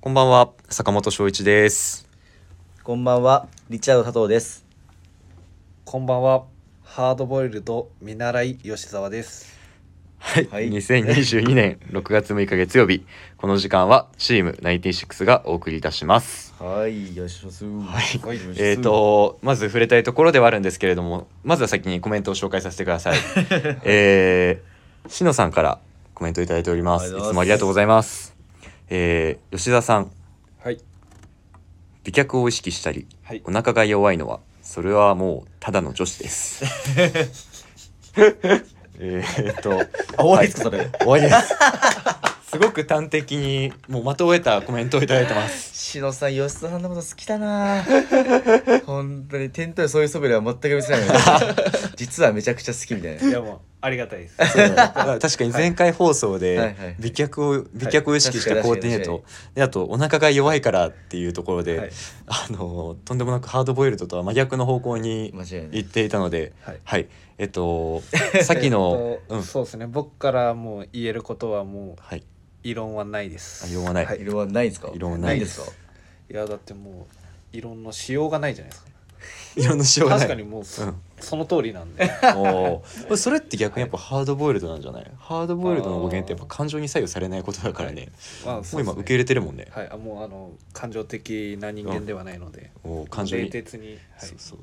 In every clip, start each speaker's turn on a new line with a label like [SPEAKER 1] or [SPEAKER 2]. [SPEAKER 1] こんばんは、坂本翔一です。
[SPEAKER 2] こんばんは、リチャード佐藤です。
[SPEAKER 3] こんばんは。ハードボイルド見習い吉沢です。
[SPEAKER 1] はい、
[SPEAKER 2] はい
[SPEAKER 1] 2022年6月6日月曜日、この時間はチーム96がお送りいたします。
[SPEAKER 2] はい、よろしくお願いします。はい、
[SPEAKER 1] えっ、、と、まず触れたいところではあるんですけれども、まずは先にコメントを紹介させてください。 えー、しのさんからコメントいただいております。い
[SPEAKER 2] ありがと
[SPEAKER 1] つ
[SPEAKER 2] うございます
[SPEAKER 1] もありがとうございます。えー、吉田さん、
[SPEAKER 3] はい。
[SPEAKER 1] 美脚を意識したり、
[SPEAKER 3] はい
[SPEAKER 1] お腹が弱いのはそれはもうただの女子 です。えーっと
[SPEAKER 2] あ、終わりですか、それ。
[SPEAKER 1] 終わりです。すごく端的にもうまとえたコメントをいただいてます。
[SPEAKER 2] しのさん、吉田さんのこと好き だな。本当に、天体そういう素振りは全く見せないのに。 実はめちゃくちゃ好きみたい
[SPEAKER 3] い
[SPEAKER 2] な。
[SPEAKER 3] やもうありがたいです。
[SPEAKER 1] 確かに前回放送
[SPEAKER 2] はいはいは
[SPEAKER 1] で
[SPEAKER 2] い
[SPEAKER 1] 美脚を美脚を意識し
[SPEAKER 2] は
[SPEAKER 1] た
[SPEAKER 2] い
[SPEAKER 1] コーディネー
[SPEAKER 2] 確
[SPEAKER 1] トであとお腹が弱いからっていうところ
[SPEAKER 3] はい
[SPEAKER 1] であのとんでもなくハードボイルドとは真逆の方向に
[SPEAKER 2] 間違いない
[SPEAKER 1] 行っ。ていたので
[SPEAKER 3] はい
[SPEAKER 1] はいえっとさっきの
[SPEAKER 3] えっと
[SPEAKER 1] うん
[SPEAKER 3] そうですね。僕からもう言えることはも
[SPEAKER 1] はい。
[SPEAKER 3] う異論はないです。
[SPEAKER 1] あ異論はない
[SPEAKER 3] い、
[SPEAKER 2] 色はないんですか。
[SPEAKER 1] 異論は
[SPEAKER 2] な
[SPEAKER 1] ない
[SPEAKER 2] い
[SPEAKER 1] で
[SPEAKER 2] ですすか。
[SPEAKER 3] いやだってもう異論のしようがないじゃないですか。
[SPEAKER 1] いろんな仕様がない。
[SPEAKER 3] 確かにもうそ,、
[SPEAKER 1] うん
[SPEAKER 3] の通りな んで。
[SPEAKER 1] おーそれって逆にやっぱハードボイルドなんじゃない、ハードボイルドの語源ってやっぱ感情に左右されないことだからね、
[SPEAKER 3] まあ
[SPEAKER 1] もう今受け
[SPEAKER 3] 入
[SPEAKER 1] 入れてるもんね、
[SPEAKER 3] れはい。あもうあの感情的な人間ではないので。
[SPEAKER 1] おー感情に、
[SPEAKER 3] 冷徹に。はい。
[SPEAKER 1] そうそう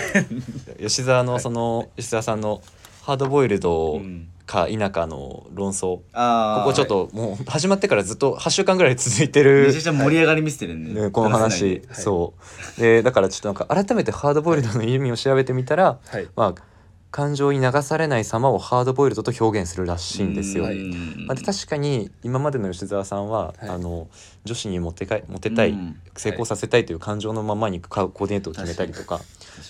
[SPEAKER 1] 吉沢のその、吉沢さんのハードボイルド
[SPEAKER 2] うん
[SPEAKER 1] か否かの論争、
[SPEAKER 2] あ
[SPEAKER 1] ここちょっ。ともう始まってからずっと8週間ぐらい続いてる
[SPEAKER 2] めちゃくちゃ盛り上がり見せてるね。
[SPEAKER 1] ね、この話、
[SPEAKER 2] 出せないね
[SPEAKER 3] はい
[SPEAKER 1] そうでだからちょっとなんか改めてハードボイルドの意味を調べてみたら、
[SPEAKER 3] はい
[SPEAKER 1] まあ感情に流されない様をハードボイルドと表現するらしいんですよ。
[SPEAKER 2] う
[SPEAKER 1] ま
[SPEAKER 2] ん
[SPEAKER 1] あ、で確かに今までの吉沢さんは、
[SPEAKER 3] はい
[SPEAKER 1] あの女子にモテかいモテたい、
[SPEAKER 2] うん
[SPEAKER 1] 成功させたいという感情のままにかコーディネートを決めたりとか、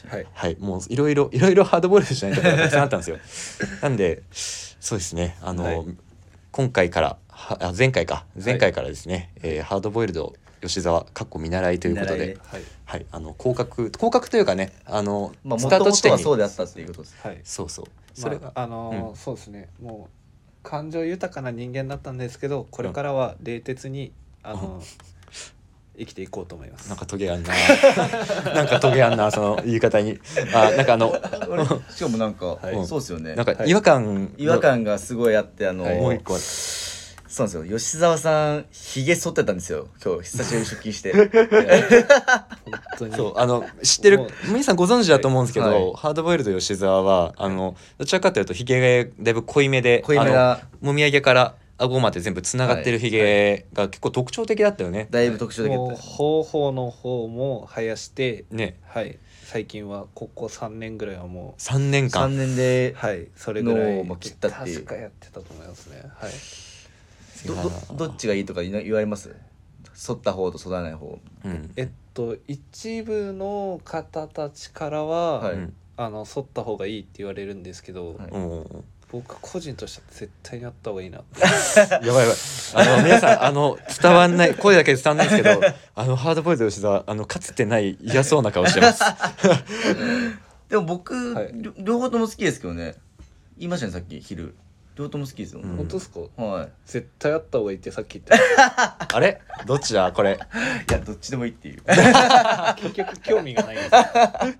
[SPEAKER 3] はい。
[SPEAKER 1] はい、もういろいろいろいろハードボイルドじゃないところがたくさんあったんですよ。なんでそうですねあの、
[SPEAKER 3] はい
[SPEAKER 1] 今回からはあ前回か前回からですね、えーハードボイルド吉沢かっこ見習いということ
[SPEAKER 2] 見習い
[SPEAKER 1] で
[SPEAKER 2] ね。
[SPEAKER 3] はい。
[SPEAKER 1] はい、あの降格降格というかねあの、
[SPEAKER 2] まあ、
[SPEAKER 1] ス
[SPEAKER 2] も
[SPEAKER 1] タ
[SPEAKER 2] と
[SPEAKER 1] ー
[SPEAKER 2] も
[SPEAKER 1] ト地
[SPEAKER 2] と
[SPEAKER 1] 点
[SPEAKER 2] は
[SPEAKER 1] に
[SPEAKER 2] そうであったっていうことです。
[SPEAKER 3] はい。
[SPEAKER 1] そうそうそ
[SPEAKER 3] そ
[SPEAKER 1] れ
[SPEAKER 3] れ
[SPEAKER 1] が、
[SPEAKER 3] あのー
[SPEAKER 1] うん
[SPEAKER 3] そうですねもう感情豊かな人間だったんですけどこれからは冷徹に、あのー生きていこうと思います
[SPEAKER 1] なんかトゲあんな なんかトゲあんなその言い方にあなんかあの
[SPEAKER 2] しかも、なんか
[SPEAKER 1] い、
[SPEAKER 2] そうですよね
[SPEAKER 1] なん。か違和感の、
[SPEAKER 2] 違和感がすごいあって、あの。
[SPEAKER 1] もう一個ある
[SPEAKER 2] そうなんですよ吉沢さんひげ剃ってたんですよ今日久しぶりに出勤して
[SPEAKER 3] 本当に
[SPEAKER 1] そうあの知ってる
[SPEAKER 3] もう
[SPEAKER 1] 皆さんご存知だと思うんですけど、
[SPEAKER 2] はい
[SPEAKER 1] ハードボイルド吉沢はあのどちらかというとひげがだいぶ濃いめで
[SPEAKER 2] 濃いめ
[SPEAKER 1] あ
[SPEAKER 2] な
[SPEAKER 1] のもみあげから顎まで全部つながってるひげが結構特徴的だったよね。
[SPEAKER 2] だいぶ特徴的だっ
[SPEAKER 3] もう方法の方も生やして
[SPEAKER 1] ね
[SPEAKER 3] はい最近はここ3年ぐらいはも
[SPEAKER 1] 3年
[SPEAKER 2] た3
[SPEAKER 1] 間
[SPEAKER 2] 年で
[SPEAKER 3] うはいそれぐら
[SPEAKER 2] 脳
[SPEAKER 3] い
[SPEAKER 2] も切ったっていう
[SPEAKER 3] 確かやってたと思いますねはい
[SPEAKER 2] どどどっちがいいとか言いな言われます剃った方と剃らない方
[SPEAKER 1] うん
[SPEAKER 3] えっと一部の方たちからは、
[SPEAKER 2] はい
[SPEAKER 1] うん
[SPEAKER 3] あの剃った方がいいって言われるんですけ
[SPEAKER 2] は
[SPEAKER 3] ど、
[SPEAKER 2] い
[SPEAKER 1] うん
[SPEAKER 3] 僕個人としては絶対にあった方がいいなって
[SPEAKER 1] やばいやばいあの皆さんあの伝わんない声だけで伝わんないですけどあのハードボイルド吉沢あのかつてない嫌そうな顔してます。
[SPEAKER 2] でも僕、
[SPEAKER 3] はい
[SPEAKER 2] りょ両方とも好きですけどね言いましたねさっき昼両方とも好きですよ、
[SPEAKER 1] ん
[SPEAKER 3] 本当ですか
[SPEAKER 2] はい
[SPEAKER 3] 絶対あった方がいいってさっき言った
[SPEAKER 1] あれどっちだこれ
[SPEAKER 2] いやどっちでもいいっていう
[SPEAKER 3] 結局興味がないんです
[SPEAKER 1] だか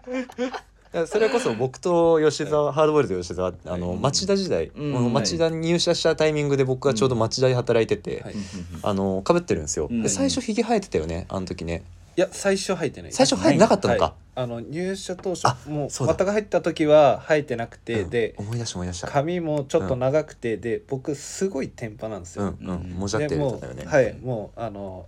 [SPEAKER 1] らそれこそ僕と吉沢、ハードボイルド吉沢ってあの、
[SPEAKER 2] はい
[SPEAKER 1] 町田時代、
[SPEAKER 2] うん
[SPEAKER 1] この町田に入社したタイミングで僕がちょうど町田で働いてて、
[SPEAKER 3] はい、い
[SPEAKER 1] あのかぶってるんですよ、
[SPEAKER 2] うん
[SPEAKER 1] で最初ひげ生えてたよねあの時ね
[SPEAKER 3] や最初入ってない
[SPEAKER 1] 最初生えてなかったのか、
[SPEAKER 3] はいあの入社当初
[SPEAKER 1] あ
[SPEAKER 3] もう
[SPEAKER 1] そうだ
[SPEAKER 3] 全く入った時は生えてなくて、
[SPEAKER 1] うん
[SPEAKER 3] で
[SPEAKER 1] 思い出した思い出した
[SPEAKER 3] 髪もちょっと長くて、で僕すごい天パなんです
[SPEAKER 1] うん
[SPEAKER 3] よ、
[SPEAKER 1] うん
[SPEAKER 2] うん
[SPEAKER 1] もじゃって
[SPEAKER 3] で
[SPEAKER 1] る
[SPEAKER 3] も
[SPEAKER 1] んだよね
[SPEAKER 3] うはいもうあの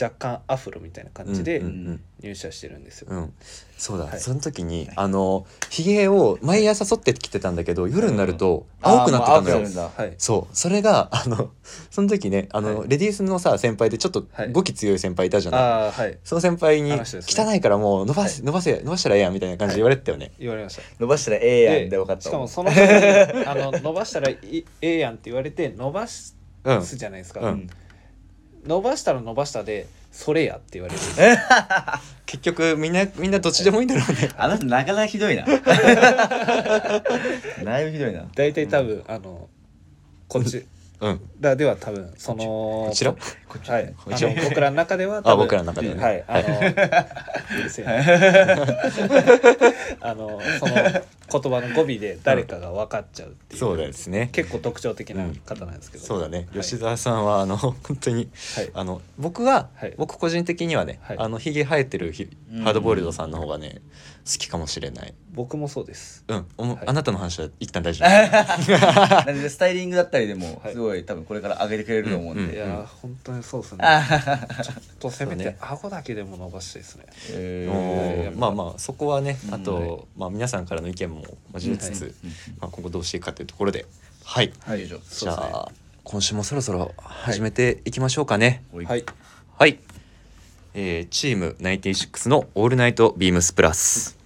[SPEAKER 3] 若干アフロみたいな感じで
[SPEAKER 1] うんうん
[SPEAKER 3] 入社してるんですよ、
[SPEAKER 1] うん、うん、そうだ、
[SPEAKER 3] はい
[SPEAKER 1] その時に
[SPEAKER 2] い
[SPEAKER 1] あのひげを毎朝剃ってきてたんだけど夜になると
[SPEAKER 2] あー
[SPEAKER 1] 青くなってたのよ、
[SPEAKER 2] もう青くなるんだ
[SPEAKER 3] はい
[SPEAKER 1] そうそれがあのその時ねあの、
[SPEAKER 3] はい
[SPEAKER 1] レディースのさ先輩でちょっと
[SPEAKER 3] はい
[SPEAKER 1] 語気強い先輩いたじゃない、
[SPEAKER 3] ああはい
[SPEAKER 1] その先輩に「
[SPEAKER 3] あの人ですね
[SPEAKER 1] 汚いからもう伸ばせ、伸ばせ伸ばしたらええやん」みたいな感じで言われてたよね。
[SPEAKER 3] 言われました
[SPEAKER 2] 伸ばしたらええやんで分かった
[SPEAKER 3] しかも
[SPEAKER 2] わ
[SPEAKER 3] その時にあの伸ばしたらいいええやんって言われて伸ばす
[SPEAKER 1] うん
[SPEAKER 3] じゃないですか、
[SPEAKER 1] うん
[SPEAKER 3] 伸ばしたら伸ばしたでそれやって言われる
[SPEAKER 1] 結局みんなみんなどっちでもいいんだろう ね。
[SPEAKER 2] あなたなかなかひどい なだいぶひどいな
[SPEAKER 3] 大体多分、あのこっち
[SPEAKER 1] うん
[SPEAKER 3] らでは多分その
[SPEAKER 1] こちら
[SPEAKER 3] はい、
[SPEAKER 1] こ
[SPEAKER 3] あ
[SPEAKER 1] ちら
[SPEAKER 3] の僕らの中では
[SPEAKER 1] あ
[SPEAKER 3] 多分
[SPEAKER 1] 僕らの中でね
[SPEAKER 3] はいあの、うるせえなあのその言葉の語尾で誰かが分かっちゃうっていう
[SPEAKER 1] そうですね
[SPEAKER 3] 結構特徴的な方なんですけど、
[SPEAKER 1] そうだね
[SPEAKER 3] はい
[SPEAKER 1] 吉澤さんはあの 本当に
[SPEAKER 3] はい
[SPEAKER 1] あの僕は、
[SPEAKER 3] はい
[SPEAKER 1] 僕個人的にはね、
[SPEAKER 3] はい
[SPEAKER 1] あのひげ生えてるひ
[SPEAKER 2] うん
[SPEAKER 1] ハードボイルドさんの方がね好きかもしれない
[SPEAKER 3] 僕もそうです
[SPEAKER 1] うん、おも
[SPEAKER 3] はい
[SPEAKER 1] あなたの話は一旦 大丈夫
[SPEAKER 2] なんでスタイリングだったりでも
[SPEAKER 3] はい
[SPEAKER 2] すごい多分これから上げてくれると思うんで、
[SPEAKER 1] うん
[SPEAKER 3] いやー、本当にそうですね
[SPEAKER 2] あは
[SPEAKER 3] ち
[SPEAKER 2] はは
[SPEAKER 3] ょっとせめ
[SPEAKER 1] そ
[SPEAKER 3] て
[SPEAKER 1] うね
[SPEAKER 3] 顎だけでも伸ばしてですね
[SPEAKER 1] お
[SPEAKER 2] え
[SPEAKER 1] ーまあまあそこはね
[SPEAKER 2] うん
[SPEAKER 1] あと、まあ、皆さんからの意見も交えつつ、
[SPEAKER 3] うん
[SPEAKER 1] まあ、今後どうしていくかというところではい
[SPEAKER 2] ーはい以上
[SPEAKER 1] じゃ
[SPEAKER 3] そうです
[SPEAKER 1] あ、今週もそろそろ始めていきましょうかね
[SPEAKER 2] おい
[SPEAKER 3] はい
[SPEAKER 1] はい、えーチーム96の「オールナイトビームスプラス」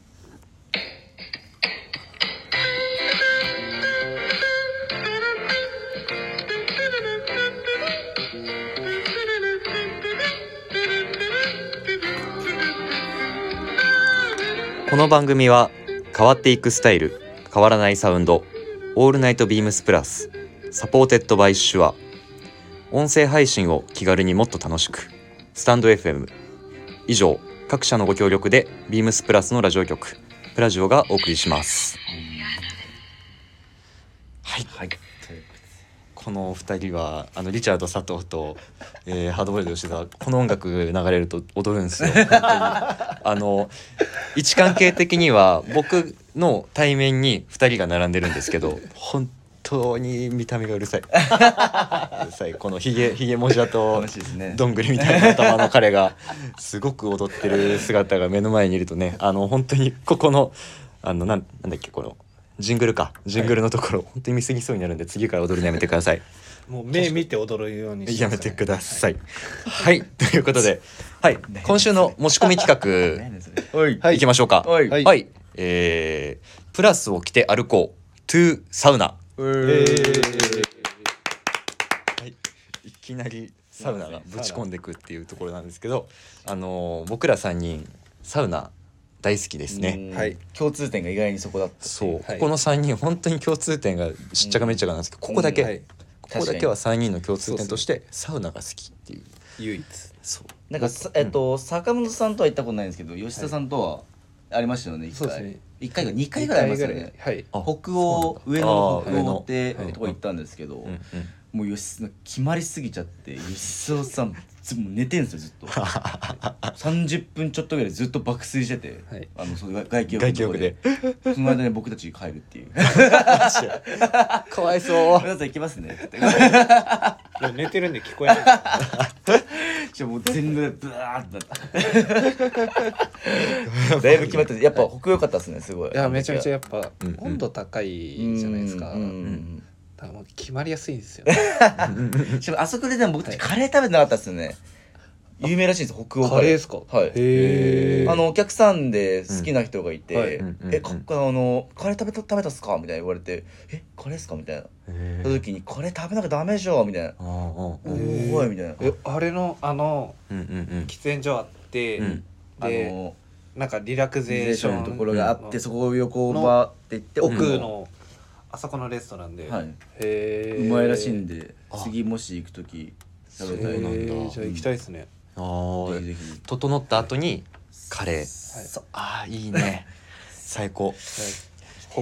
[SPEAKER 1] この番組は変わっていくスタイル変わらないサウンド「オールナイトビームスプラス」サポーテッドバイシュア音声配信を気軽にもっと楽しくスタンド FM 以上各社のご協力でビームスプラスのラジオ局プラジオがお送りしますはい、このお二人はあのリチャード佐藤と、えーハードボイルド吉沢この音楽流れると踊るんですよ本当にあの位置関係的には僕の対面に二人が並んでるんですけど本当に見た目がうるさいうるさいこのひげひげもじゃと
[SPEAKER 2] 楽しいですね
[SPEAKER 1] どんぐりみたいな頭の彼がすごく踊ってる姿が目の前にいるとねあの本当にここのあのなんなんだっけこのジングルかジングルのところ、本当に見過ぎそうになるんで次から踊るのやめてください
[SPEAKER 3] もう目見て驚くようにして
[SPEAKER 1] やめてくださいはい、ということで、はい、今週の持ち込み企
[SPEAKER 2] 何やねんそれおい
[SPEAKER 1] 画いきましょうか
[SPEAKER 2] はいはい
[SPEAKER 1] はい、えー、プラスを着て歩こうトゥーサウナ
[SPEAKER 2] え
[SPEAKER 3] えー
[SPEAKER 1] はい、いきなりサウナがぶち込んでいくっていうところなんですけど、あのー僕ら3人サウナ大好きですね。
[SPEAKER 2] うん
[SPEAKER 3] はい
[SPEAKER 2] 共通点が意外にそこだった
[SPEAKER 1] そう、
[SPEAKER 3] はい
[SPEAKER 1] ここの3人本当に共通点がしっちゃかめっちゃかなんですけど、ここだけ、
[SPEAKER 2] うん
[SPEAKER 3] はい
[SPEAKER 1] ここだけは3人の共通点としてサウナが好きっていう
[SPEAKER 3] 唯一
[SPEAKER 1] そう
[SPEAKER 2] なんかさえっと坂本さんとは行ったことないんですけど吉田さんとはありましたよね一
[SPEAKER 3] そうです
[SPEAKER 2] 回
[SPEAKER 3] ね
[SPEAKER 2] 一回か二回ぐらいありますよね
[SPEAKER 3] はい
[SPEAKER 1] あ
[SPEAKER 2] 北欧
[SPEAKER 1] そう
[SPEAKER 2] 上
[SPEAKER 1] なんだあー
[SPEAKER 2] 野の北欧って
[SPEAKER 1] 上野
[SPEAKER 2] とこ行ったんですけど、
[SPEAKER 1] うんうん
[SPEAKER 2] もう吉決まりすぎちゃって吉田さんずもう寝てんすよずっと 30分ちょっとぐらいずっと爆睡してて、
[SPEAKER 3] はい
[SPEAKER 2] あのそう外外気
[SPEAKER 1] 外気浴で
[SPEAKER 2] その間に僕たち帰るって いう
[SPEAKER 1] かわい そう
[SPEAKER 2] 皆さん行きますねって
[SPEAKER 3] もう寝てるんで聞こえない
[SPEAKER 2] じゃあもう全部でブワーってなった だいぶ決まっててやっぱ北欧良かったですねすごい
[SPEAKER 3] いやめちゃめちゃやっぱ
[SPEAKER 1] うんうん
[SPEAKER 3] 温度高いじゃないですか
[SPEAKER 2] うんうん
[SPEAKER 3] だからもう決まりやすいんです よね
[SPEAKER 2] うんしかもあそこででも僕たちカレー食べてなかったですよね有名らしいんです北欧
[SPEAKER 3] カレーですか
[SPEAKER 2] はい
[SPEAKER 3] へえ
[SPEAKER 2] あのお客さんで好きな人がいて「
[SPEAKER 3] うんはい
[SPEAKER 1] うんうん
[SPEAKER 2] えかあのカレー食べた食べたっすか?」みたいな言われて「えカレーっすか?」みたいな
[SPEAKER 1] へ
[SPEAKER 2] その
[SPEAKER 1] ー
[SPEAKER 2] 時に「カレー食べなきゃダメでしょ」みたいな
[SPEAKER 1] あー
[SPEAKER 2] 「
[SPEAKER 1] あ
[SPEAKER 2] お
[SPEAKER 1] ー
[SPEAKER 2] ーおい」みたいな
[SPEAKER 3] えあれのあの
[SPEAKER 1] うんうんうん
[SPEAKER 3] 喫煙所あって、
[SPEAKER 1] うん
[SPEAKER 2] あ
[SPEAKER 3] で
[SPEAKER 2] の
[SPEAKER 3] なんかリラクゼ
[SPEAKER 2] ゼ
[SPEAKER 3] ー
[SPEAKER 2] ー
[SPEAKER 3] シ
[SPEAKER 2] シ
[SPEAKER 3] ョ
[SPEAKER 2] ョ
[SPEAKER 3] ン
[SPEAKER 2] ンのところがあって
[SPEAKER 3] の
[SPEAKER 2] そこを横ばって言って
[SPEAKER 3] 奥のあそこのレストランで、
[SPEAKER 2] はい
[SPEAKER 3] へ
[SPEAKER 2] う
[SPEAKER 3] え
[SPEAKER 2] まいらしいんで
[SPEAKER 1] あ
[SPEAKER 2] 次もし行く時食べた
[SPEAKER 1] そう
[SPEAKER 2] い
[SPEAKER 1] な
[SPEAKER 2] な
[SPEAKER 1] だ
[SPEAKER 2] んぜ
[SPEAKER 3] へーじゃあ行きたいですね、
[SPEAKER 1] あー
[SPEAKER 2] ひぜひ
[SPEAKER 1] 整った後にカレー
[SPEAKER 2] そう
[SPEAKER 1] あーいいね最高
[SPEAKER 3] はい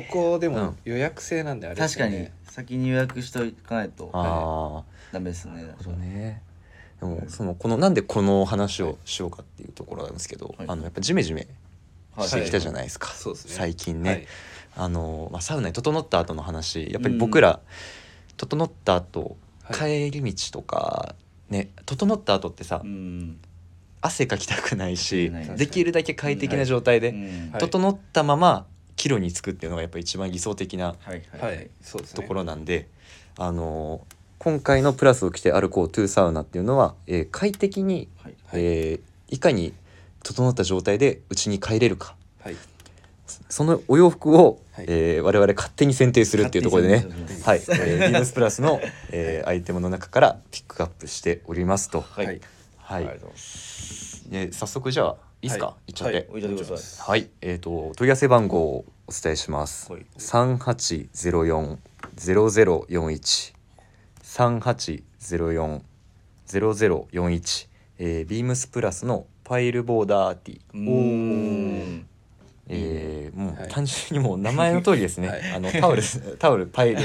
[SPEAKER 3] 北欧で
[SPEAKER 1] う
[SPEAKER 3] も
[SPEAKER 1] ん
[SPEAKER 3] 予約制なんであれです
[SPEAKER 2] 確
[SPEAKER 3] よ
[SPEAKER 2] か
[SPEAKER 3] ね
[SPEAKER 2] に先に予約しておかないと
[SPEAKER 1] ああ
[SPEAKER 2] ダメです
[SPEAKER 1] な
[SPEAKER 2] ね
[SPEAKER 1] るほどね。でもそのこのなんでこの話をしようかっていうところなんですけど、
[SPEAKER 2] はい
[SPEAKER 1] あのやっぱジメジメ
[SPEAKER 2] はい
[SPEAKER 1] してきたじゃないですか、
[SPEAKER 3] そうですね
[SPEAKER 1] 最近ね、
[SPEAKER 3] はい
[SPEAKER 1] あのまあ、サウナに整った後の話やっぱり
[SPEAKER 2] うん
[SPEAKER 1] 僕ら、整った後
[SPEAKER 3] は
[SPEAKER 1] 帰り道とか、ね整った後ってさ、
[SPEAKER 2] うん
[SPEAKER 1] 汗かきたくないし
[SPEAKER 2] ない
[SPEAKER 1] できるだけ快適な状態で、
[SPEAKER 2] うん
[SPEAKER 3] はい
[SPEAKER 1] 整ったまま帰路に着くっていうのがやっぱ一番理想的な
[SPEAKER 2] はいはい
[SPEAKER 3] は、
[SPEAKER 2] はいい
[SPEAKER 3] そうです
[SPEAKER 1] と
[SPEAKER 3] ね
[SPEAKER 1] ころなんで、あの今回の「プラスを着て歩こうトゥーサウナ」っていうのは、えー快適に
[SPEAKER 2] はい
[SPEAKER 3] はい
[SPEAKER 1] えーいかに整った状態で家に帰れるか
[SPEAKER 3] はい
[SPEAKER 1] そのお洋服を、
[SPEAKER 3] はい
[SPEAKER 1] えー我々勝手に選定するっていうところでね
[SPEAKER 2] 勝手に選定し
[SPEAKER 1] は
[SPEAKER 2] ま
[SPEAKER 1] い、え ー、ビームスプラスの、えーアイテムの中からピックアップしておりますとは、
[SPEAKER 3] はいい、
[SPEAKER 1] は
[SPEAKER 2] あ
[SPEAKER 1] い
[SPEAKER 2] りがとうございます
[SPEAKER 1] えー早速じゃあいいですか、
[SPEAKER 3] はい
[SPEAKER 1] っちゃって
[SPEAKER 2] おいでくださ
[SPEAKER 1] はい、えっ、と問い合わせ番号をお伝えします
[SPEAKER 2] はい
[SPEAKER 1] 三八ゼロ四ゼロゼロ四一38040041、えー、ビームスプラスのパイルボーダーティー、
[SPEAKER 2] おー
[SPEAKER 1] えーも
[SPEAKER 3] は
[SPEAKER 1] う
[SPEAKER 3] い
[SPEAKER 1] 単純にもう名前の通りですね、
[SPEAKER 3] はい
[SPEAKER 1] あのタオルタオルパイル
[SPEAKER 3] は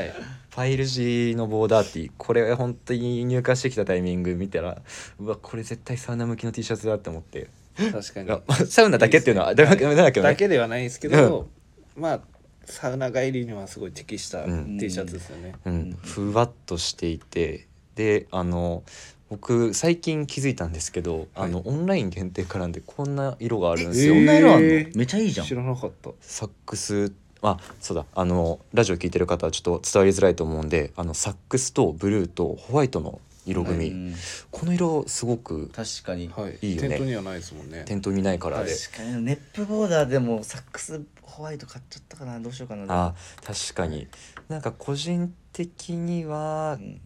[SPEAKER 3] い
[SPEAKER 1] パイル地のボーダーティーこれ本当に入荷してきたタイミング見たらうわこれ絶対サウナ向きの T シャツだって思って
[SPEAKER 3] 確かに
[SPEAKER 1] あサウナだけっていうのはだけだけど
[SPEAKER 3] だ
[SPEAKER 1] ね
[SPEAKER 3] けではないですけど、まあサウナ帰りにはすごい適した
[SPEAKER 1] うん
[SPEAKER 3] T シャツですよね、
[SPEAKER 1] うん、ふわっとしていてであの僕最近気づいたんですけど、あのオンライン限定からなんでこんな色があるんですよ、
[SPEAKER 2] そんな色あんの
[SPEAKER 3] えー
[SPEAKER 2] めちゃいいじゃん
[SPEAKER 3] 知らなかった
[SPEAKER 1] サックスあそうだあのラジオ聞いてる方はちょっと伝わりづらいと思うんであのサックスとブルーとホワイトの色組、
[SPEAKER 2] うん
[SPEAKER 1] この色すごく
[SPEAKER 2] 確かに
[SPEAKER 3] はい
[SPEAKER 1] いいよね
[SPEAKER 3] 店頭にはないですもんね
[SPEAKER 1] 店頭にないカラーで、
[SPEAKER 2] 確かにネップボーダーでもサックスホワイト買っちゃったかなどうしようかな
[SPEAKER 1] あ確かになんか個人的には
[SPEAKER 2] うん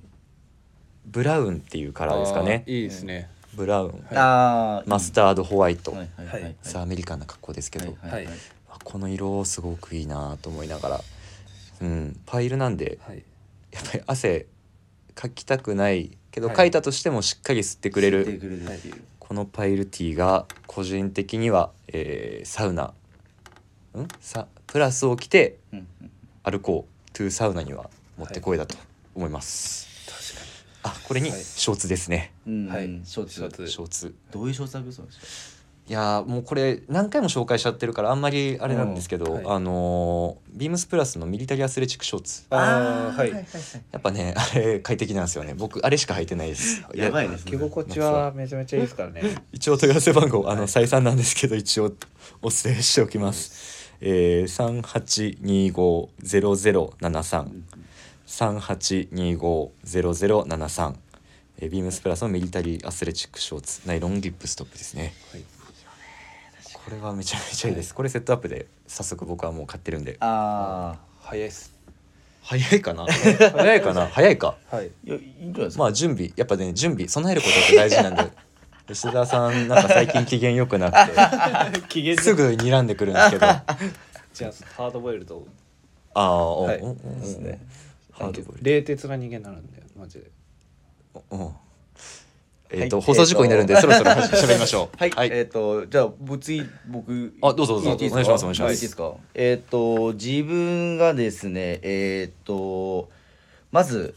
[SPEAKER 1] ブラウンっていうカラーですかね
[SPEAKER 3] あーいいですね、
[SPEAKER 1] ブラウン、
[SPEAKER 3] はい
[SPEAKER 2] あー
[SPEAKER 1] マスタードホワイト、
[SPEAKER 2] はいはいはいはい
[SPEAKER 1] さあアメリカンな格好ですけど、
[SPEAKER 2] はいはいはい
[SPEAKER 3] はい
[SPEAKER 1] あこの色すごくいいなと思いながら、うん、パイルなんで
[SPEAKER 3] はい
[SPEAKER 1] やっぱり汗かきたくないけど、
[SPEAKER 3] はい
[SPEAKER 1] かいたとしてもしっかり吸ってくれ
[SPEAKER 2] 知って
[SPEAKER 1] る
[SPEAKER 2] くれるっていう
[SPEAKER 1] このパイルティーが個人的には、えーサウナんさプラスを着て
[SPEAKER 2] うんうん
[SPEAKER 1] 歩こうトゥーサウナには持ってこいだと思います、
[SPEAKER 3] 確か
[SPEAKER 1] あこれに
[SPEAKER 3] はい
[SPEAKER 1] ショーツですね、
[SPEAKER 2] うん
[SPEAKER 3] はい
[SPEAKER 2] ショー
[SPEAKER 3] ショー
[SPEAKER 2] ツ
[SPEAKER 3] ツ
[SPEAKER 1] ショーツ
[SPEAKER 2] どういうショーツ履くそうです
[SPEAKER 1] いやーもうこれ何回も紹介しちゃってるからあんまりあれなんですけど、
[SPEAKER 3] うんはい
[SPEAKER 1] あのービームスプラスのミリタリーアスレチックショーツ
[SPEAKER 3] にああーはい、
[SPEAKER 1] やっぱね あれ快適なんですよね僕あれしか履いてないです
[SPEAKER 2] やばいです
[SPEAKER 3] 着
[SPEAKER 2] ね
[SPEAKER 3] 心地はめちゃめちゃいいですからね
[SPEAKER 1] 一応問い合わせ番号あの、
[SPEAKER 3] はい
[SPEAKER 1] 再三なんですけど一応お伝えしておきます、えー、38250073 38250073えービームスプラスのミリタリーアスレチックショーツナイロンリップストップですね
[SPEAKER 3] はい
[SPEAKER 1] これはめちゃめちゃいいです、これセットアップで早速僕はもう買ってるんで
[SPEAKER 2] あ
[SPEAKER 3] 早いっす
[SPEAKER 1] 早いかな早いかな早いか
[SPEAKER 3] は
[SPEAKER 2] あ
[SPEAKER 3] い
[SPEAKER 2] いやいいんじゃないですか
[SPEAKER 1] まあ準備やっぱね準備備えることって大事なん で吉田さんなんか最近機嫌良くなって
[SPEAKER 3] 期限
[SPEAKER 1] すぐ睨んでくるんですけ どあ
[SPEAKER 3] じゃあハードボイルド
[SPEAKER 1] あお、
[SPEAKER 3] はい
[SPEAKER 1] おおお
[SPEAKER 2] ですね
[SPEAKER 1] ハードボイル
[SPEAKER 3] 冷徹な人間になるんでマジで
[SPEAKER 1] おおえっと、
[SPEAKER 2] はい
[SPEAKER 1] 放送事故になるんで、
[SPEAKER 2] えー
[SPEAKER 1] そ
[SPEAKER 2] と
[SPEAKER 1] ろそろし ゃべりましょう
[SPEAKER 2] はい、えっ、とじゃあぶつい僕
[SPEAKER 1] あどうぞどうぞ
[SPEAKER 2] いいですか
[SPEAKER 1] お願いしますお願いします
[SPEAKER 2] いいですかえっ、と自分がですねえっ、とまず